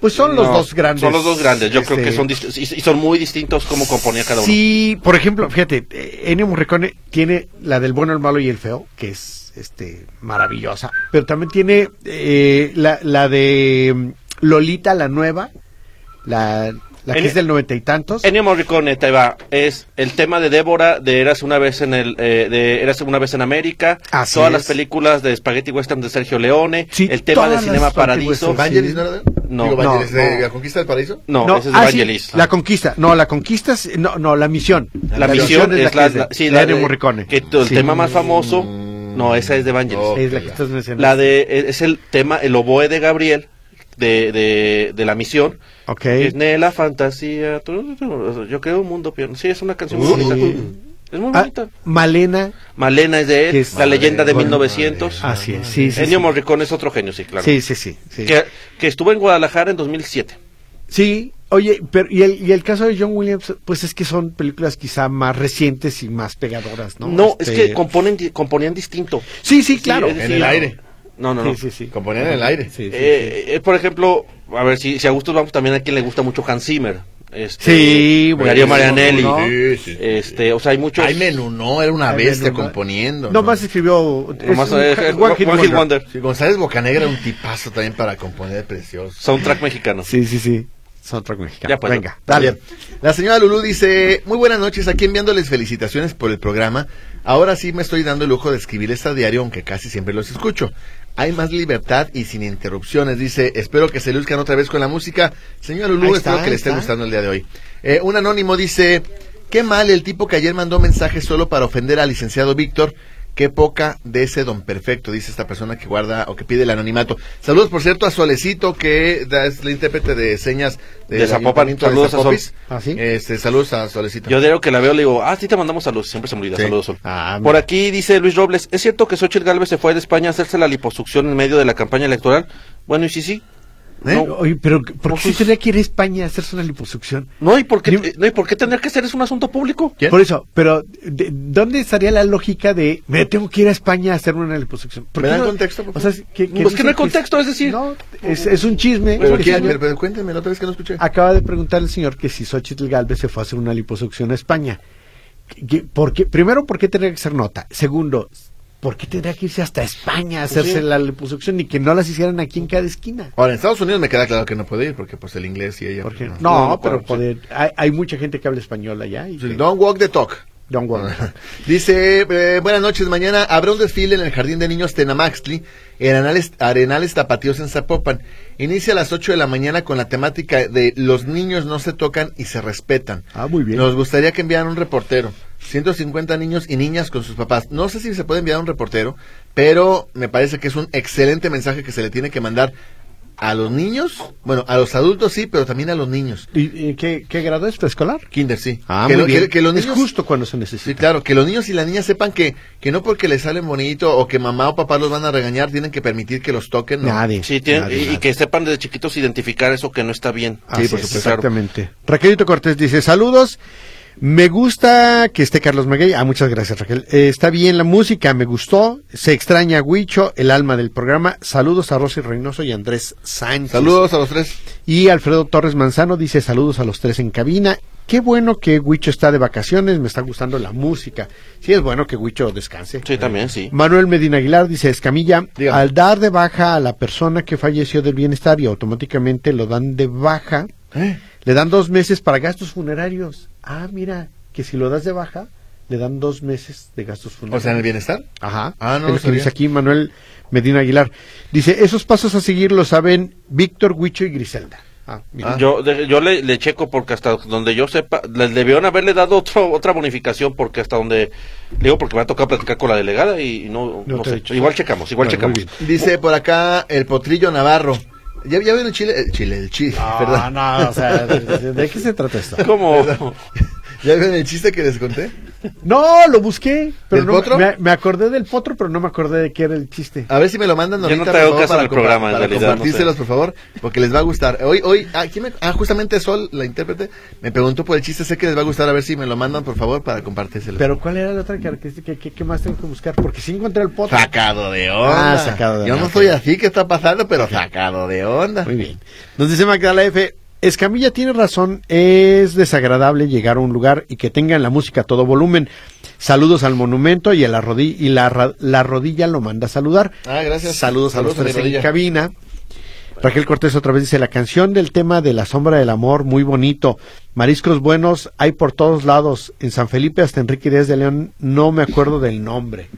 D: Pues son los
B: No,
D: dos grandes.
B: Son los dos grandes. Yo creo
D: este,
B: que son distintos. Y, y son muy distintos cómo componía cada uno.
D: Sí, por ejemplo, fíjate, eh, Ennio Morricone tiene la del bueno, el malo y el feo, que es este maravillosa, pero también tiene eh, la, la de mm, Lolita la nueva, la, la que
B: Ennio-
D: es del noventa y tantos.
B: Ennio Morricone, te va, es el tema de Débora, de Eras una vez en el, eh, de Eras una vez en América,
D: Así
B: todas
D: es.
B: las películas de Spaghetti Western de Sergio Leone,
D: Sí,
B: el tema de
D: todas las pues,
B: Cinema
D: Spaghetti
B: Paradiso.
D: Western.
C: ¿Vangelis no era de él?
B: No,
C: Digo,
D: no,
C: Vangelis, de
D: no.
C: La Conquista del Paraíso.
B: No, ese es
D: ah, sí,
B: Vangelis.
D: la conquista, no, la conquista, es- no, no, la misión.
B: La misión es
D: que
B: la,
D: de-
B: la- sí,
D: de
B: la
D: Ennio
B: de-
D: Morricone.
B: que tu- el
D: Sí.
B: tema más famoso, no, esa es de Vangelis.
C: Oh.
D: es la que estás mencionando.
B: La de, es es el tema, el oboe de Gabriel, de, de, de la misión.
D: Ok.
B: Es de la fantasía, tu- tu- yo creo un mundo pierno. Sí, es una canción muy
D: Uh. Sí.
B: bonita. Es muy
D: Ah,
B: bonita.
D: Malena,
B: Malena es de él,
D: Que es-
B: la leyenda de
D: Malena,
B: 1900.
D: así es, sí, sí,
B: Ennio
D: sí.
B: Morricone es otro genio, sí, claro.
D: Sí, sí, sí, sí.
B: Que, que estuvo en Guadalajara en 2007.
D: Sí, oye, pero y el, y el caso de John Williams, pues es que son películas quizá más recientes y más pegadoras, ¿no?
B: No, es
D: Este-
B: que componen, di- componían distinto.
D: Sí, sí, claro.
B: es
C: en
B: decir,
C: el aire.
B: No, no, no.
D: Sí, sí, sí.
C: Componían en el aire.
D: Sí, sí, sí.
B: Eh, eh, por ejemplo, a ver, si, si a gustos vamos también a quien le gusta mucho Hans Zimmer. Este,
D: Sí, bueno,
B: Darío Marianelli.
D: ¿no?
C: Sí, sí, sí.
B: Este, o sea, hay muchos...
C: Ay, menú, no, era una
D: Ay,
C: bestia
D: Menú, no.
C: componiendo.
D: no más escribió es
B: Nomás,
D: un-
B: eh, eh, One Hit Wonder.
C: Sí, González Bocanegra era un tipazo también para componer precioso.
B: Soundtrack mexicano.
D: Sí, sí, sí. Soundtrack mexicano.
B: Ya, pues.
D: Venga,
C: Dale.
D: dale.
C: La señora Lulú dice, muy buenas noches, aquí enviándoles felicitaciones por el programa. Ahora sí me estoy dando el lujo de escribirles a diario, aunque casi siempre los escucho. Hay más libertad y sin interrupciones, dice, espero que se luzcan otra vez con la música. Señora Lulú,
D: Ahí está,
C: espero que
D: ahí
C: le esté
D: está.
C: gustando el día de hoy. Eh, un anónimo dice, qué mal el tipo que ayer mandó mensajes solo para ofender al licenciado Víctor. Qué poca de ese don perfecto, dice esta persona que guarda o que pide el anonimato. Saludos, por cierto, a Solecito, que da- es la intérprete de señas
B: De
C: del
B: Zapopan.
C: Este, ayuntamiento de
B: Saludos a Sol.
C: Zapopis.
D: ¿Ah, sí?
C: Este, saludos a Solecita.
B: Yo digo que la veo, le digo, ah, sí te mandamos saludos. Siempre se me olvida.
C: Sí.
B: Saludos, Sol.
D: Ah, mira.
B: Por aquí dice Luis Robles, ¿es cierto que Xochitl Galvez se fue de España a hacerse la liposucción en medio de la campaña electoral? Bueno, y sí, sí.
C: ¿Eh?
B: No,
D: Oye, pero ¿por qué
B: Pues,
D: se tendría que ir a España a hacerse una liposucción?
B: no, ¿y por qué,
D: Ni-
B: eh, no, ¿y por qué tener que hacer? Es un asunto público.
C: ¿Quién?
D: Por eso, pero ¿de- ¿dónde estaría la lógica de me tengo que ir a España a hacerme una liposucción? ¿Por
C: ¿Me
D: qué
C: dan contexto, por
D: O sea,
C: favor?
D: que,
B: Pues que no hay
D: es-
B: contexto, es decir-
D: No, es, es un chisme.
C: Pero,
D: que
C: ¿quién?
D: salió.
C: Pero- pero cuénteme la otra vez que no escuché.
D: Acaba de preguntar el señor que si Xochitl Galvez se fue a hacer una liposucción a España. ¿Qué- qué- por qué- primero, ¿por qué tendría que ser nota? Segundo, ¿por qué tendría que irse hasta España a hacerse la liposucción y que no las hicieran aquí en cada esquina?
C: Ahora, en Estados Unidos me queda claro que no puede ir porque pues el inglés y ella.
D: Por ejemplo.
C: pues, no.
D: no,
B: no,
D: pero
B: claro,
D: poder, hay, hay mucha gente que habla español allá y
C: Sí,
D: que-
C: Don't walk the talk. [LAUGHS]
D: Don't worry.
C: Dice, eh, buenas noches, mañana habrá un desfile en el Jardín de Niños Tenamaxtli, en Arenales, Arenales Tapatíos en Zapopan. Inicia a las 8 de la mañana con la temática de los niños no se tocan y se respetan.
D: Ah, muy bien.
C: Nos gustaría que enviaran un reportero. 150 niños y niñas con sus papás. No sé si se puede enviar un reportero, pero me parece que es un excelente mensaje que se le tiene que mandar a los niños, bueno, a los adultos sí, pero también a los niños.
D: ¿Y, y qué, qué grado es preescolar?
C: Kinder sí.
D: Ah,
C: que,
D: muy
C: lo- que-
D: bien.
C: que los
D: es
C: niños
D: justo cuando se
C: Sí,
D: necesita.
C: claro, que los niños y las niñas sepan que, que no porque les salen bonito o que mamá o papá los van a regañar, tienen que permitir que los toquen. ¿no?
D: Nadie.
B: Sí, tienen-
D: nadie,
B: y, y
D: nadie. Ah,
B: que sepan desde chiquitos identificar eso que no está bien.
D: Así
B: por
D: es,
B: supuesto.
D: Exactamente. Raquelito Cortés dice, saludos. Me gusta que esté Carlos Maguey. Ah, muchas gracias, Raquel. Eh, está bien la música, me gustó. Se extraña a Huicho, el alma del programa. Saludos a Rosy Reynoso y Andrés Sánchez.
C: Saludos a los tres.
D: Y Alfredo Torres Manzano dice, saludos a los tres en cabina. Qué bueno que Huicho está de vacaciones, me está gustando la música. Sí, es bueno que Huicho descanse.
B: Sí, también, sí.
D: Manuel Medina Aguilar dice, Escamilla,
C: Dígame.
D: al dar de baja a la persona que falleció del bienestar y automáticamente lo dan de baja,
C: ¿Eh?
D: le dan dos meses para gastos funerarios. Ah, mira, que si lo das de baja, le dan dos meses de gastos
C: O
D: funerarios.
C: sea, en el bienestar.
D: Ajá.
C: Ah, no lo
D: es lo que dice
C: sabía.
D: aquí Manuel Medina Aguilar. Dice, esos pasos a seguir lo saben Víctor, Huicho y Griselda. Ah, mira.
B: Yo, de- yo le, le checo porque hasta donde yo sepa, le debieron haberle dado otro, otra bonificación porque hasta donde, le digo porque me ha tocado platicar con la delegada y no,
D: No
B: no
D: te
B: sé.
D: he dicho.
B: Igual checamos, igual
D: Bueno, muy
B: checamos.
D: bien.
C: Dice por acá el potrillo Navarro. ¿Ya, ya vieron Chile? Eh, Chile, el Chile,
D: Ah,
C: perdón.
D: no, o [LAUGHS] sea, ¿de, de- de qué se trata esto?
B: [LAUGHS]
D: [LAUGHS]
B: ¿Cómo?
C: ¿Ya vieron el chiste que les conté?
D: No, lo busqué, pero
C: ¿Del
D: no,
C: potro?
D: Me, me acordé del potro, pero no me acordé de qué era el chiste.
C: A ver si me lo mandan
B: Yo
C: ahorita.
B: no traigo
C: por favor,
B: caso en el
C: compa-
B: programa, en
C: para
B: realidad, no sé.
C: compartírselos, por favor, porque les va a gustar. Hoy, hoy, ah, ¿quién me- ah, justamente Sol, la intérprete, me preguntó por el chiste, sé que les va a gustar, a ver si me lo mandan, por favor, para compartírselos.
D: Pero ¿cuál era la otra característica? ¿Qué, qué más tengo que buscar? Porque sí encontré el potro.
C: Sacado de onda.
D: Ah, sacado de
C: Yo
D: onda,
C: no
D: ok.
C: soy así, ¿qué está pasando? Pero sacado de onda.
D: Muy bien. [LAUGHS] Nos dice Magdala F. Escamilla tiene razón, es desagradable llegar a un lugar y que tengan la música a todo volumen. Saludos al monumento y a la rodilla y la, ra- la rodilla lo manda a saludar.
C: Ah, gracias. Saludos
D: Saludos, a
C: a mi
D: los tres en
C: rodilla.
D: cabina. Raquel Cortés otra vez dice la canción del tema de la sombra del amor, muy bonito. Mariscos buenos hay por todos lados. En San Felipe hasta Enrique Díaz de León, no me acuerdo del nombre.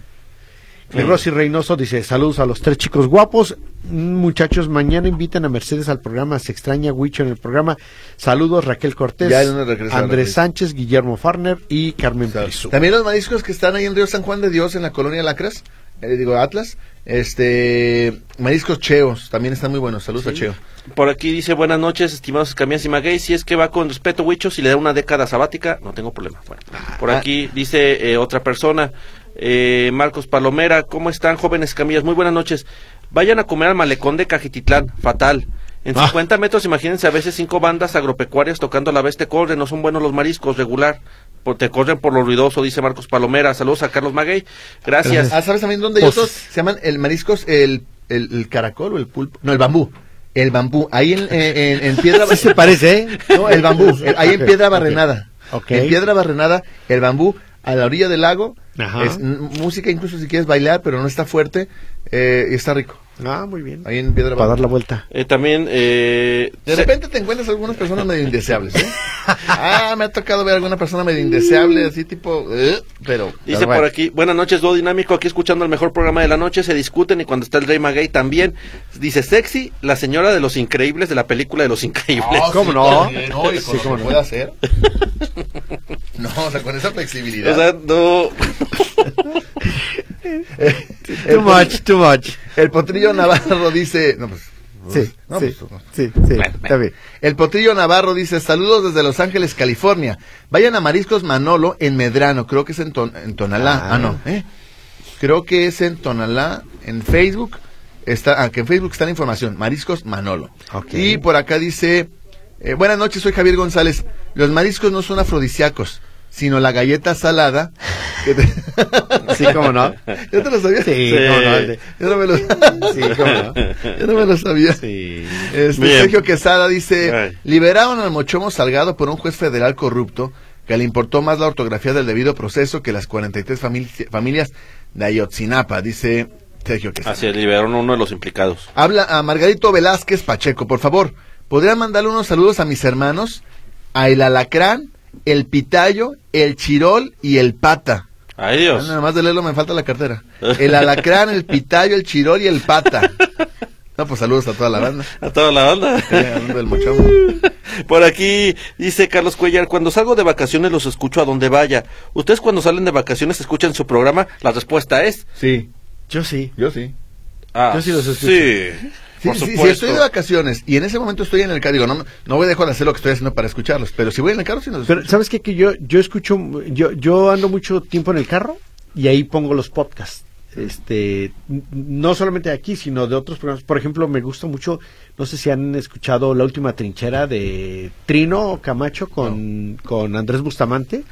D: Y Rosy Reynoso dice, saludos a los tres chicos guapos. Mm, Muchachos, mañana invitan a Mercedes al programa, se extraña Huicho en el programa. Saludos Raquel Cortés,
C: Ya no regresa
D: Andrés
C: Raquel.
D: Sánchez, Guillermo Farner y Carmen Piso.
C: También los mariscos que están ahí en Río San Juan de Dios, en la colonia Lacras, eh, digo Atlas, este, mariscos cheos, también están muy buenos. Saludos a Cheo.
B: Por aquí dice, buenas noches, estimados Escamillas y Maguey. Si es que va con respeto, Huichos, y le da una década sabática, no tengo problema. Bueno,
C: Ah,
B: por aquí dice eh, otra persona, eh, Marcos Palomera, ¿cómo están, jóvenes Escamillas? Muy buenas noches. Vayan a comer al malecón de Cajititlán, fatal. En
C: Ah.
B: 50 metros, imagínense a veces cinco bandas agropecuarias tocando a la vez te corren, no son buenos los mariscos, regular. Por- te corren por lo ruidoso, dice Marcos Palomera. Saludos a Carlos Maguey. Gracias.
C: Ah, ¿sabes también dónde hay
D: Pues-
C: otros? Se llaman el mariscos, el, el, el caracol o el pulpo. No, el bambú. El bambú. Ahí en, en- en- en piedra.
D: Sí se parece, ¿eh?
C: No, el bambú. El- ahí
D: Ok,
C: en piedra
D: ok.
C: barrenada.
D: Ok.
C: En piedra barrenada, el bambú a la orilla del lago.
D: Ajá.
C: Es n- música, incluso si quieres bailar, pero no está fuerte. eh, y está rico.
D: Ah, muy bien.
C: Ahí en piedra
D: Para dar
C: barrenada.
D: la vuelta.
B: Eh, también, eh,
C: De repente te encuentras algunas personas medio indeseables,
D: [LAUGHS]
C: ¿eh? Ah, me ha tocado ver alguna persona medio indeseable, así tipo, eh, pero...
B: Dice
C: pero bueno.
B: por aquí, buenas noches, Do Dinámico, aquí escuchando el mejor programa de la noche, se discuten y cuando está el Rey Maguey también. Dice sexy, la señora de los increíbles de la película de los increíbles.
C: Ah,
D: ¿Cómo
C: sí,
D: no?
C: con- No, y con
D: Sí,
C: lo que
D: ¿cómo no?
C: pueda [LAUGHS] hacer. No, o sea, con esa flexibilidad.
B: o sea, no.
D: Too much, too much.
C: el potrillo Navarro dice... No, pues,
D: Sí,
C: no,
D: sí,
C: pues,
D: sí, sí, está bien.
C: El potrillo Navarro dice, saludos desde Los Ángeles, California. Vayan a Mariscos Manolo en Medrano, creo que es en, Ton- en Tonalá.
D: Ah.
C: Ah, no, ¿eh? Creo que es en Tonalá, en Facebook. Está, aunque en Facebook está la información, Mariscos Manolo.
D: Ok.
C: Y por acá dice, eh, buenas noches, soy Javier González. Los mariscos no son afrodisíacos, sino la galleta salada. que te-
D: [LAUGHS] Sí, cómo no.
C: ¿Ya te lo sabía?
D: Sí,
B: Sí.
D: cómo no, el de-
C: Yo no me lo,
D: sí, cómo
C: [LAUGHS]
D: no.
C: yo no me lo sabía.
D: Sí.
C: Este,
B: Bien.
C: Sergio Quesada dice,
B: Ay.
C: liberaron al mochomo Salgado por un juez federal corrupto que le importó más la ortografía del debido proceso que las 43 famili- familias de Ayotzinapa, dice Sergio Quesada.
B: Así es, liberaron a uno de los implicados.
C: Habla a Margarito Velázquez Pacheco, por favor, ¿podrían mandarle unos saludos a mis hermanos? A el alacrán, el pitayo, el chirol y el pata.
B: Ay
C: Ah,
B: Dios.
C: nada más de leerlo me falta la cartera.
B: [LAUGHS]
C: El alacrán, el pitayo, el chirol y el pata. No, pues saludos a toda
B: [LAUGHS]
C: la banda.
B: A toda la banda.
C: Eh, hablando del mochomo.
B: [LAUGHS] Por aquí dice Carlos Cuellar, cuando salgo de vacaciones los escucho a donde vaya. Ustedes cuando salen de vacaciones escuchan su programa, la respuesta es...
C: Sí,
D: Yo sí.
C: yo sí.
B: Ah,
D: Yo sí los escucho.
B: Sí,
C: Sí,
B: por
C: sí, si
B: supuesto.
C: estoy de vacaciones y en ese momento estoy en el carro, digo, no, me- no voy a dejar de hacer lo que estoy haciendo para escucharlos, pero si voy en el carro, sí los
D: Pero
C: escucho.
D: sabes qué? que yo yo escucho yo yo ando mucho tiempo en el carro y ahí pongo los podcasts. Este, n- no solamente de aquí, sino de otros programas. Por ejemplo, me gusta mucho, no sé si han escuchado La última trinchera de Trino Camacho con, con Andrés Bustamante.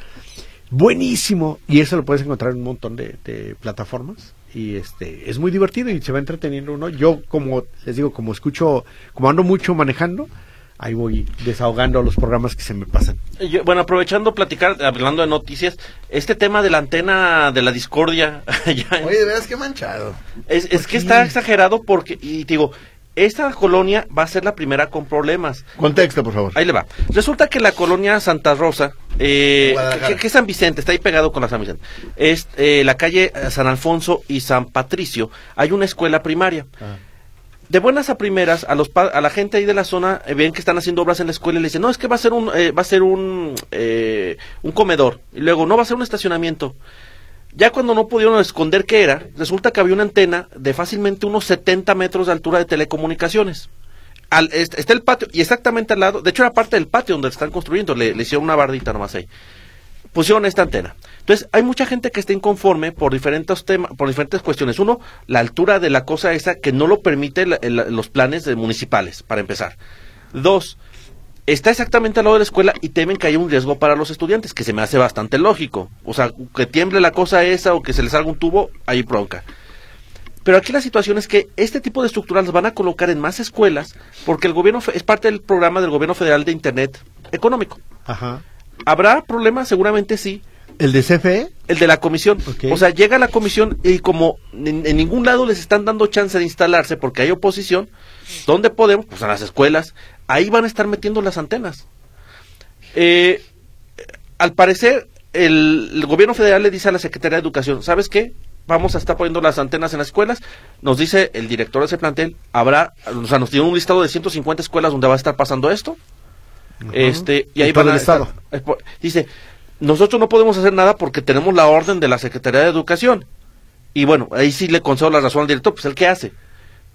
D: Buenísimo. Y eso lo puedes encontrar en un montón de, de plataformas. Y este es muy divertido y se va entreteniendo uno. Yo, como les digo, como escucho, como ando mucho manejando, Ahí voy desahogando los programas que se me pasan.
B: Yo- bueno, aprovechando platicar, hablando de noticias, este tema de la antena de la discordia, [LAUGHS] allá en-
C: Oye, de veras que manchado.
B: es, es que está exagerado porque, y te digo, esta colonia va a ser la primera con problemas.
C: Contexto, por favor.
B: Ahí le va. Resulta que la colonia Santa Rosa, eh,
C: Guadalajara.
B: que, que es San Vicente, está ahí pegado con la San Vicente, es eh, la calle eh, San Alfonso y San Patricio, hay una escuela primaria. De buenas a primeras, a los pa- a la gente ahí de la zona eh, ven que están haciendo obras en la escuela y le dicen, no, es que va a ser un, eh, va a ser un, eh, un comedor. Y luego, no, va a ser un estacionamiento. Ya cuando no pudieron esconder qué era, resulta que había una antena de fácilmente unos 70 metros de altura de telecomunicaciones. Al- est- está el patio, y exactamente al lado, de hecho era parte del patio donde están construyendo, le, le hicieron una bardita nomás ahí. Pusieron esta antena. Entonces, hay mucha gente que está inconforme por diferentes temas, por diferentes cuestiones. Uno, la altura de la cosa esa que no lo permite la- el- los planes de municipales, para empezar. Dos, está exactamente al lado de la escuela y temen que haya un riesgo para los estudiantes, que se me hace bastante lógico. O sea, que tiemble la cosa esa o que se les salga un tubo, hay bronca. Pero aquí la situación es que este tipo de estructuras las van a colocar en más escuelas porque el gobierno fe- es parte del programa del gobierno federal de Internet económico.
D: Ajá.
B: ¿Habrá problemas? Seguramente sí.
D: ¿El de E? CFE?
B: El de la comisión.
D: Ok.
B: O sea, llega la comisión y como en, en ningún lado les están dando chance de instalarse porque hay oposición, ¿dónde podemos? Pues en las escuelas. Ahí van a estar metiendo las antenas. Eh, al parecer, el, el gobierno federal le dice a la Secretaría de Educación, ¿sabes qué? Vamos a estar poniendo las antenas en las escuelas. Nos dice el director de ese plantel, habrá, o sea, nos dio un listado de 150 escuelas donde va a estar pasando esto. Este, y
D: En
B: ahí
D: todo
B: van a
D: el
B: estar-
D: estado.
B: es por- dice, nosotros no podemos hacer nada porque tenemos la orden de la Secretaría de Educación. Y bueno, ahí sí le concedo la razón al director, pues el que hace.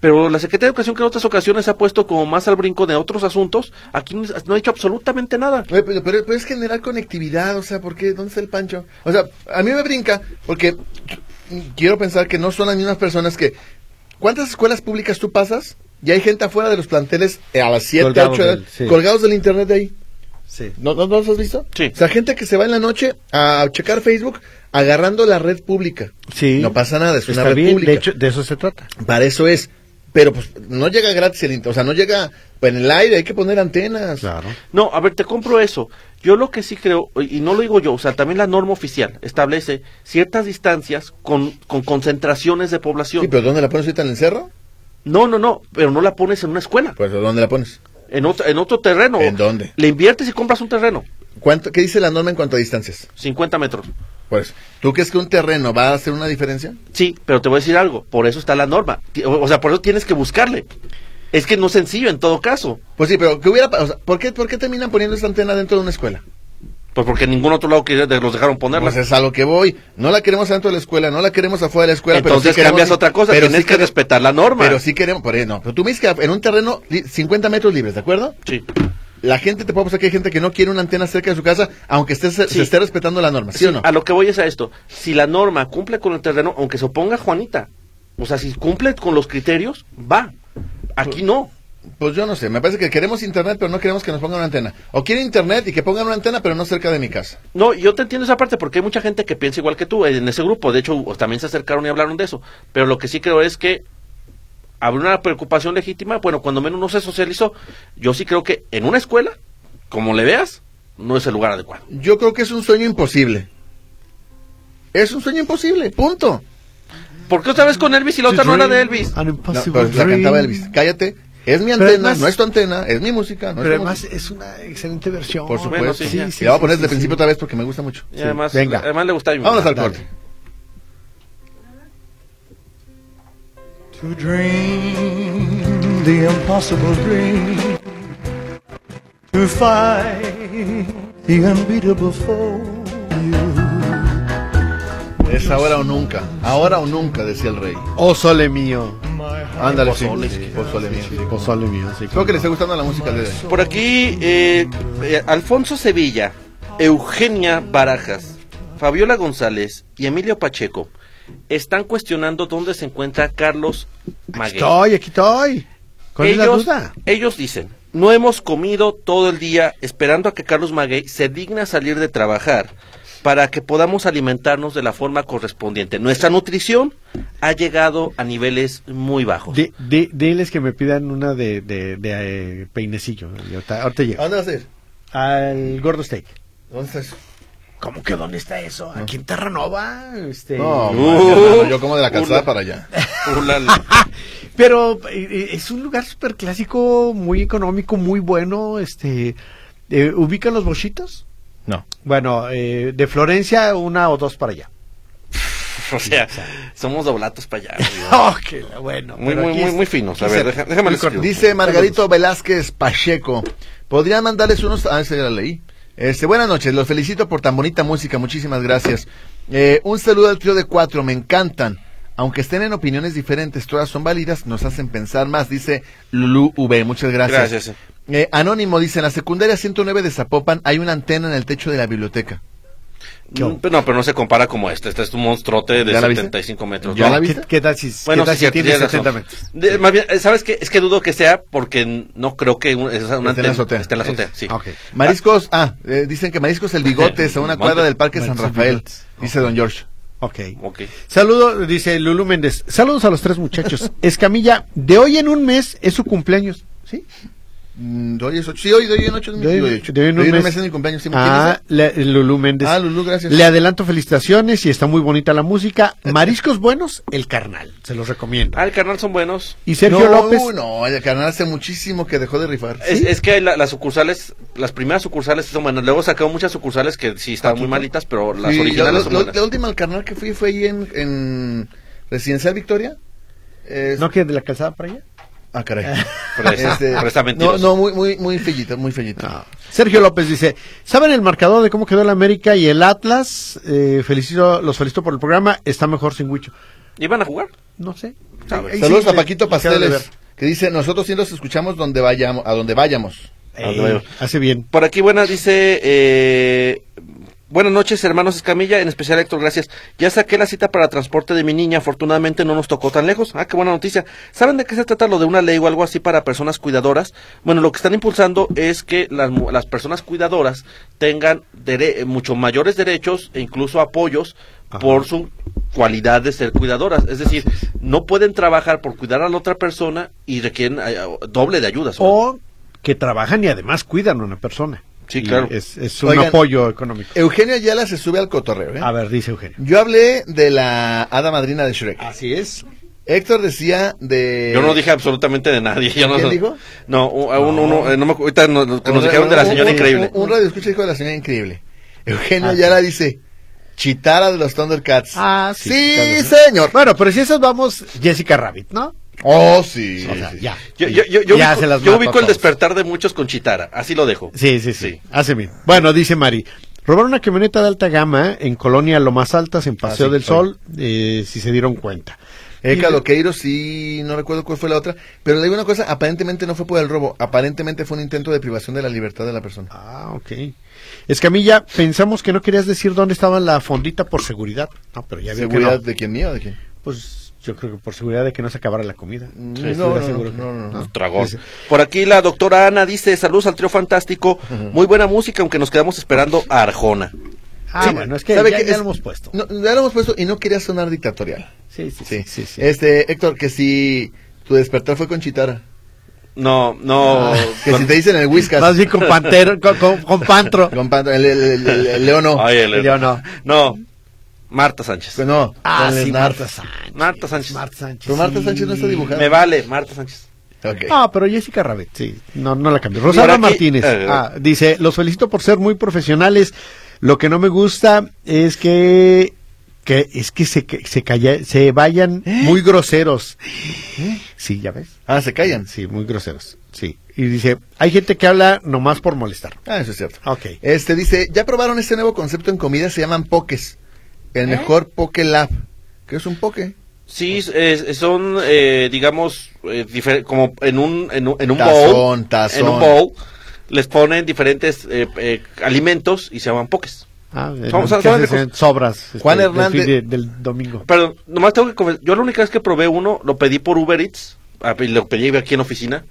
B: Pero la Secretaría de Educación que en otras ocasiones se ha puesto como más al brinco de otros asuntos, aquí no- no ha hecho absolutamente nada.
C: Oye, pero, pero- pero es generar conectividad, o sea, ¿por qué? ¿Dónde está el pancho? O sea, a mí me brinca, porque quiero pensar que no son las mismas personas que... ¿Cuántas escuelas públicas tú pasas? Y hay gente afuera de los planteles eh, a las 7, 8
D: Colgado
C: de la-
D: del- sí.
C: colgados del internet de ahí.
D: Sí.
C: ¿No, no, no los has visto?
B: Sí.
C: O sea, gente que se va en la noche a checar Facebook agarrando la red pública.
D: Sí.
C: No pasa nada, es una
D: Está
C: red
D: bien,
C: pública.
D: de hecho, de eso se trata.
C: Para eso es. Pero pues no llega gratis el internet, o sea, no llega pues, en el aire, hay que poner antenas.
D: Claro.
B: No, a ver, te compro eso. Yo lo que sí creo, y no lo digo yo, o sea, también la norma oficial establece ciertas distancias con, con concentraciones de población.
C: Sí, pero ¿dónde la pones ahorita en el cerro?
B: No, no, no, pero no la pones en una escuela,
C: Pues ¿dónde la pones?
B: en otro, en otro terreno.
C: ¿En dónde?
B: Le inviertes y compras un terreno,
C: ¿Cuánto, ¿Qué dice la norma en cuanto a distancias?
B: 50 metros.
C: Pues, ¿tú crees que un terreno va a hacer una diferencia?
B: Sí, pero te voy a decir algo, por eso está la norma. Ti- O o sea, por eso tienes que buscarle. Es que no es sencillo en todo caso,
C: Pues sí, pero ¿qué hubiera, pa- o sea, ¿por, qué, ¿por qué terminan poniendo esa antena dentro de una escuela?
B: pues porque en ningún otro lado que de- los dejaron ponerla.
C: Pues es a lo que voy. No la queremos dentro de la escuela, no la queremos afuera de la escuela. pero
B: Entonces
C: sí queremos-
B: cambias otra cosa,
C: pero
B: tienes
C: sí
B: que
C: quere-
B: respetar la norma.
C: Pero sí queremos, por eso no. Pero tú me dices que en un terreno li- 50 metros libres, ¿de acuerdo?
B: Sí.
C: La gente te puede pasar que hay gente que no quiere una antena cerca de su casa, aunque esté, se,
B: Sí.
C: se esté respetando la norma, ¿sí, o no?
B: A lo que voy es a esto. Si la norma cumple con el terreno, aunque se oponga Juanita, o sea, si cumple con los criterios, va. Aquí no.
C: Pues yo no sé, me parece que queremos internet, pero no queremos que nos pongan una antena. O quieren internet y que pongan una antena, pero no cerca de mi casa.
B: No, yo te entiendo esa parte porque hay mucha gente que piensa igual que tú en ese grupo. De hecho, también se acercaron y hablaron de eso. Pero lo que sí creo es que habrá una preocupación legítima. Bueno, cuando menos no se socializó, yo sí creo que en una escuela, como le veas, no es el lugar adecuado.
C: Yo creo que es un sueño imposible. Es un sueño imposible, punto.
B: ¿Por qué otra vez con Elvis y la otra no era de Elvis?
D: An
C: No,
D: impossible
C: pero la
D: Ah, dream.
C: cantaba Elvis. Cállate, es mi
D: Pero
C: antena,
D: además-
C: no es tu antena, es mi música. No
D: Pero
C: es tu
D: además
C: música.
D: es una excelente versión.
C: Por supuesto.
B: Bueno, sí,
C: y
B: sí,
C: la voy a poner
D: sí,
C: desde el
D: sí.
C: principio otra vez porque me gusta mucho.
B: Y además, eh,
D: venga.
B: además le gustaba a mi mamá.
C: Vámonos al
D: dale.
C: corte.
E: To dream the impossible dream. To fight the unbeatable foe.
C: Es ahora o nunca, ahora o nunca, decía el rey.
D: Oh, sole mío.
C: Ándale, sí. Pozole mío, sí,
D: Oh,
C: cómo no.
D: sole mío. sí,
C: Creo que les
D: cómo
C: está gustando la música de
B: Por aquí, eh, eh, Alfonso Sevilla, Eugenia Barajas, Fabiola González y Emilio Pacheco están cuestionando dónde se encuentra Carlos
D: no. Aquí
B: Maguey.
D: estoy, aquí estoy. ¿Cuál es la
B: Ellos,
D: duda?
B: ellos dicen, no hemos comido todo el día esperando a que Carlos Maguey se digna salir de trabajar. para que podamos alimentarnos de la forma correspondiente. Nuestra nutrición ha llegado a niveles muy bajos.
D: De, de- diles que me pidan una de, de- de, eh, peinecillo. Y ahorita, ahorita
C: ¿A
D: llego.
C: dónde vas a ir?
D: Al Gordo Steak.
C: ¿Dónde estás?
D: ¿Cómo que dónde está eso? ¿Aquí en Terranova? Este...
C: No,
B: Uh.
C: man, yo, no, yo como de la calzada
B: Ula.
C: para allá.
D: [LAUGHS]
B: Ulala.
D: Pero eh, es un lugar súper clásico, muy económico, muy bueno. Este, eh, ¿Ubican los bochitos?
F: No.
D: Bueno, eh, de Florencia una o dos para allá.
B: o sea, somos doblatos para allá. güey.
D: Oh, qué la- bueno.
B: Muy,
D: pero
B: muy,
D: aquí
B: muy,
D: es-
B: muy finos. A
D: aquí
B: ver,
D: cerca.
B: deja- déjame les escribo.
C: Dice Margarito Velázquez Pacheco. ¿Podría mandarles unos... Ah, esa ya la leí. Este, buenas noches, los felicito por tan bonita música, muchísimas gracias. Eh, un saludo al trío de cuatro, me encantan. Aunque estén en opiniones diferentes, todas son válidas, nos hacen pensar más, dice Lulu V. Muchas gracias.
B: Gracias.
C: Eh, Anónimo dice, en la secundaria 109 de Zapopan hay una antena en el techo de la biblioteca.
B: Mm, pero no, pero no se compara como este. Este es un monstruote de
C: ¿Ya la viste?
B: 75 metros.
C: ¿Ya
B: ¿no?
C: la
D: ¿Qué-
C: viste?
D: ¿Qué tal si, qué
B: Bueno,
D: tal
B: sí,
D: si
B: cierto,
D: tiene
B: tienes
D: 70
B: razón.
D: metros?
B: De- más bien, eh, ¿sabes qué? Es que dudo que sea porque n- no creo que un- es una
C: la
B: antena-
C: azotea. ah,
B: esté en la azotea. Sí.
D: Ok.
C: Mariscos, ah, eh, dicen que Mariscos el Bigotes a una
B: Monte.
C: cuadra del Parque San
D: Mariscos
C: Rafael,
D: Bigotes.
C: dice don George.
D: Ok.
B: Ok.
D: Saludo, dice Lulu Méndez. Saludos a los tres muchachos. Escamilla, de hoy en un mes es su cumpleaños. ¿Sí?
C: Mm, Doy es ocho. Sí, hoy doy en ocho. es mi-
D: De
C: doy
D: hoy
C: ocho.
D: de hoy en
C: Doy
D: un
C: en un
D: mes.
C: mes es mi cumpleaños. ¿sí me
D: Ah,
C: entiendes?
D: la- Lulú Méndez.
C: Ah, Lulú, gracias.
D: Le adelanto felicitaciones y está muy bonita la música. Mariscos buenos, el carnal. Se los recomiendo.
B: Ah, el canal son buenos.
D: Y
C: no,
D: Sergio López.
C: no, el canal hace muchísimo que dejó de rifar.
B: Es, es que la- las sucursales, las primeras sucursales son buenas. Luego sacaron muchas sucursales que sí están muy malitas, pero las
C: Sí, la,
B: originales
C: la-
B: son
C: la-
B: buenas.
C: la última al carnal que fui fue ahí en, en Residencial Victoria. Es-
D: ¿No que de la calzada para allá?
C: Ah,
D: [LAUGHS]
C: caray. Este,
B: Pero esa- pero está
C: no,
B: mentiroso.
C: no, muy, muy, muy fellito, muy fellito.
D: Ah, Sergio López dice, ¿saben el marcador de cómo quedó el América y el Atlas? Eh, felicito, los felicito por el programa, está mejor sin Huicho.
B: ¿Iban a jugar?
D: No sé.
B: Sabe.
D: Ahí
C: Saludos
D: sí
C: a
D: le-
C: Paquito
D: le queda de
C: Pasteles, que dice, nosotros sí los escuchamos donde vayamos, a donde vayamos.
D: ver. Eh, hace bien.
B: Por aquí, buenas, dice. eh, buenas noches, hermanos Escamilla, en especial Héctor, gracias. Ya saqué la cita para transporte de mi niña, afortunadamente no nos tocó tan lejos. Ah, qué buena noticia. ¿Saben de qué se trata lo de una ley o algo así para personas cuidadoras? Bueno, lo que están impulsando es que las, mu- las personas cuidadoras tengan dere- eh, mucho mayores derechos e incluso apoyos
D: Ajá.
B: por su cualidad de ser cuidadoras. Es decir, no pueden trabajar por cuidar a la otra persona y requieren eh, doble de ayudas.
D: O que trabajan y además cuidan a una persona.
B: Sí,
D: Y
B: claro.
D: Es, es un
C: Oigan.
D: apoyo económico.
C: Eugenio Ayala se sube al cotorreo, ¿eh?
D: A ver, dice Eugenio.
C: Yo hablé de la hada madrina de Shrek.
D: Así es.
C: Héctor decía de...
B: Yo no dije absolutamente de nadie. Yo no,
C: ¿Quién dijo?
B: No, un- a uno, uno, eh, no me acu- ahorita no- que nos dijeron de la
C: Un-
B: señora
C: un-
B: increíble.
C: Un, un radio escucha dijo de la señora increíble. Eugenio
D: Ah,
C: Ayala dice, chitara de los Thundercats.
D: Ah, sí,
C: Sí,
D: claro, ¿no?
C: señor.
D: Bueno, pero si esas vamos, Jessica Rabbit, ¿no?
C: Oh, sí.
D: O sea, ya.
B: Yo, yo, yo, yo
D: Ya
B: ubico,
D: se las
B: yo
D: mato a
B: ubico el
D: todos.
B: despertar de muchos con Chitara. Así lo dejo.
D: Sí, sí, sí,
B: Sí.
D: Hace bien. Bueno, dice Mari. Robar una camioneta de alta gama en Colonia Lo Más Altas, en Paseo
C: Ah, sí,
D: del Sol, eh, si se dieron cuenta.
C: Eka
D: Y-
C: Loqueiro, sí, no recuerdo cuál fue la otra. Pero le digo una cosa, aparentemente no fue por el robo, aparentemente fue un intento de privación de la libertad de la persona.
D: Ah, ok. Escamilla, pensamos que no querías decir dónde estaba la fondita por seguridad. No, pero ya veo que
C: ¿Seguridad
D: no.
C: de quién mía o de quién?
D: Pues yo creo que por seguridad de que no se acabara la comida.
C: Mm, no,
D: estoy
C: no,
D: seguro
C: no,
D: que-
C: no, no, no.
B: Dragón. Por aquí la doctora Ana dice: Saludos al trío fantástico. Muy buena música, aunque nos quedamos esperando a Arjona.
D: Ah,
C: Sí,
D: bueno, es que ya,
C: ¿sabe
D: ya
C: qué? Es-
D: lo hemos puesto.
C: No, ya lo hemos puesto y no quería sonar dictatorial.
D: Sí, sí,
C: Sí,
D: sí. sí, sí.
C: Este, Héctor, que si tu despertar fue con Chitara.
B: No,
D: Ah,
B: no.
C: Que si te dicen el Whiskas.
D: Más bien con
C: [LAUGHS]
D: Pantero, con, con- con Pantro.
C: Con pan- el, el, el- el- el Leo no.
B: Ay, el-
D: Yo no.
B: No. Marta Sánchez.
C: No,
D: Ah,
C: con el
D: sí,
C: Snarf.
D: Marta Sánchez.
B: Marta Sánchez.
D: Marta Sánchez.
C: Pero Marta
D: sí.
C: Sánchez no está dibujada.
B: Me vale, Marta Sánchez.
C: Ok.
D: Ah, pero Jessica Rabbit, sí, no, no la cambió. Rosalba
B: aquí-
D: Martínez
B: eh,
D: ah, dice, los felicito por ser muy profesionales. Lo que no me gusta es que, que es que se, que- se, calla- se vayan muy groseros. Sí, ya ves.
C: Ah, se callan.
D: Sí, muy groseros. Sí. Y dice, hay gente que habla nomás por molestar.
C: Ah, eso es cierto.
D: Ok.
C: Este dice, ya probaron este nuevo concepto en comida, se llaman pokés. El
D: ¿Eh?
C: mejor poke lab. ¿Qué es un poke?
B: Sí, es- son, eh, digamos, eh, difer- como en un, en un, en un
C: Tazón,
B: bowl.
C: tazón.
B: En un bowl. Les ponen diferentes eh, eh, alimentos y se llaman pokés.
D: Ah, eh,
B: Son- son-
D: ¿qué
B: son
D: haces?
B: de cos-
D: sobras. este,
C: Juan
D: del
C: Hernández-
D: fin de- del domingo.
B: Perdón, nomás tengo que comen- Yo la única vez que probé uno, lo pedí por Uber Eats. ah, y Lo pedí aquí en la oficina.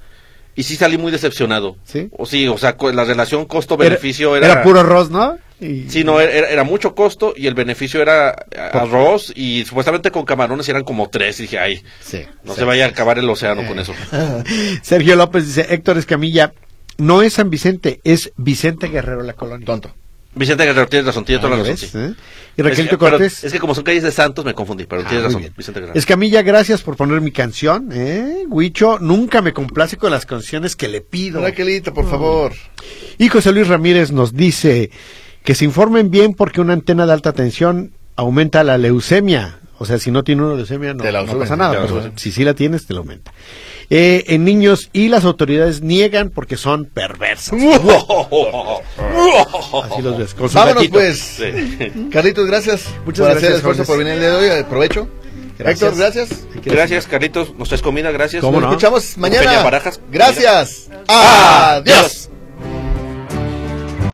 B: y sí salí muy decepcionado.
D: ¿Sí?
B: O sí, o sea, co- la relación costo-beneficio
D: Era,
B: era,
D: era puro arroz, ¿no? Y-
B: Sí, no, er, era, era mucho costo y el beneficio era eh, arroz y supuestamente con camarones eran como tres. Y dije, ay,
D: Sí,
B: no
D: sí.
B: se vaya a acabar el océano con eso.
D: [LAUGHS] Sergio López dice, Héctor Escamilla, no es San Vicente, es Vicente Guerrero la colonia.
C: Tonto.
B: Vicente Guerrero, tienes razón, tienes toda
D: Ah,
B: la
D: ¿ya
B: razón.
D: ves?
B: sí.
D: ¿Eh? Y
B: Es que-
D: Raquelito
B: pero
D: Cortés.
B: es que como son calles de Santos me confundí, pero
D: Ah,
B: tienes
D: muy
B: razón,
D: bien.
B: Vicente Guerrero.
D: Escamilla, gracias por poner mi canción, ¿eh? Huicho, nunca me complace con las canciones que le pido.
C: Raquelita, por favor.
D: Y José Luis Ramírez nos dice que se informen bien porque una antena de alta tensión aumenta la leucemia. O sea, si no tiene una leucemia no,
C: Te la
D: no
C: suben,
D: pasa nada.
C: te la
D: pero
C: suben.
D: si sí la tienes, te la aumenta. Eh, en niños y las autoridades niegan porque son perversas.
B: Oh,
D: [LAUGHS] Así los ves. con su
C: Vámonos,
D: gatito.
C: pues.
B: Sí.
C: [LAUGHS] Carlitos, gracias
D: Muchas
C: por
D: gracias,
C: hacer el esfuerzo
D: Jorge.
C: por venir el día de hoy. Aprovecho.
D: Gracias.
C: Héctor, gracias.
B: Gracias, Carlitos. Nos traes comida, gracias.
D: ¿Cómo
C: Nos
D: no?
C: escuchamos
B: Peña
C: mañana.
B: Barajas.
D: Ah.
C: Gracias. Adiós.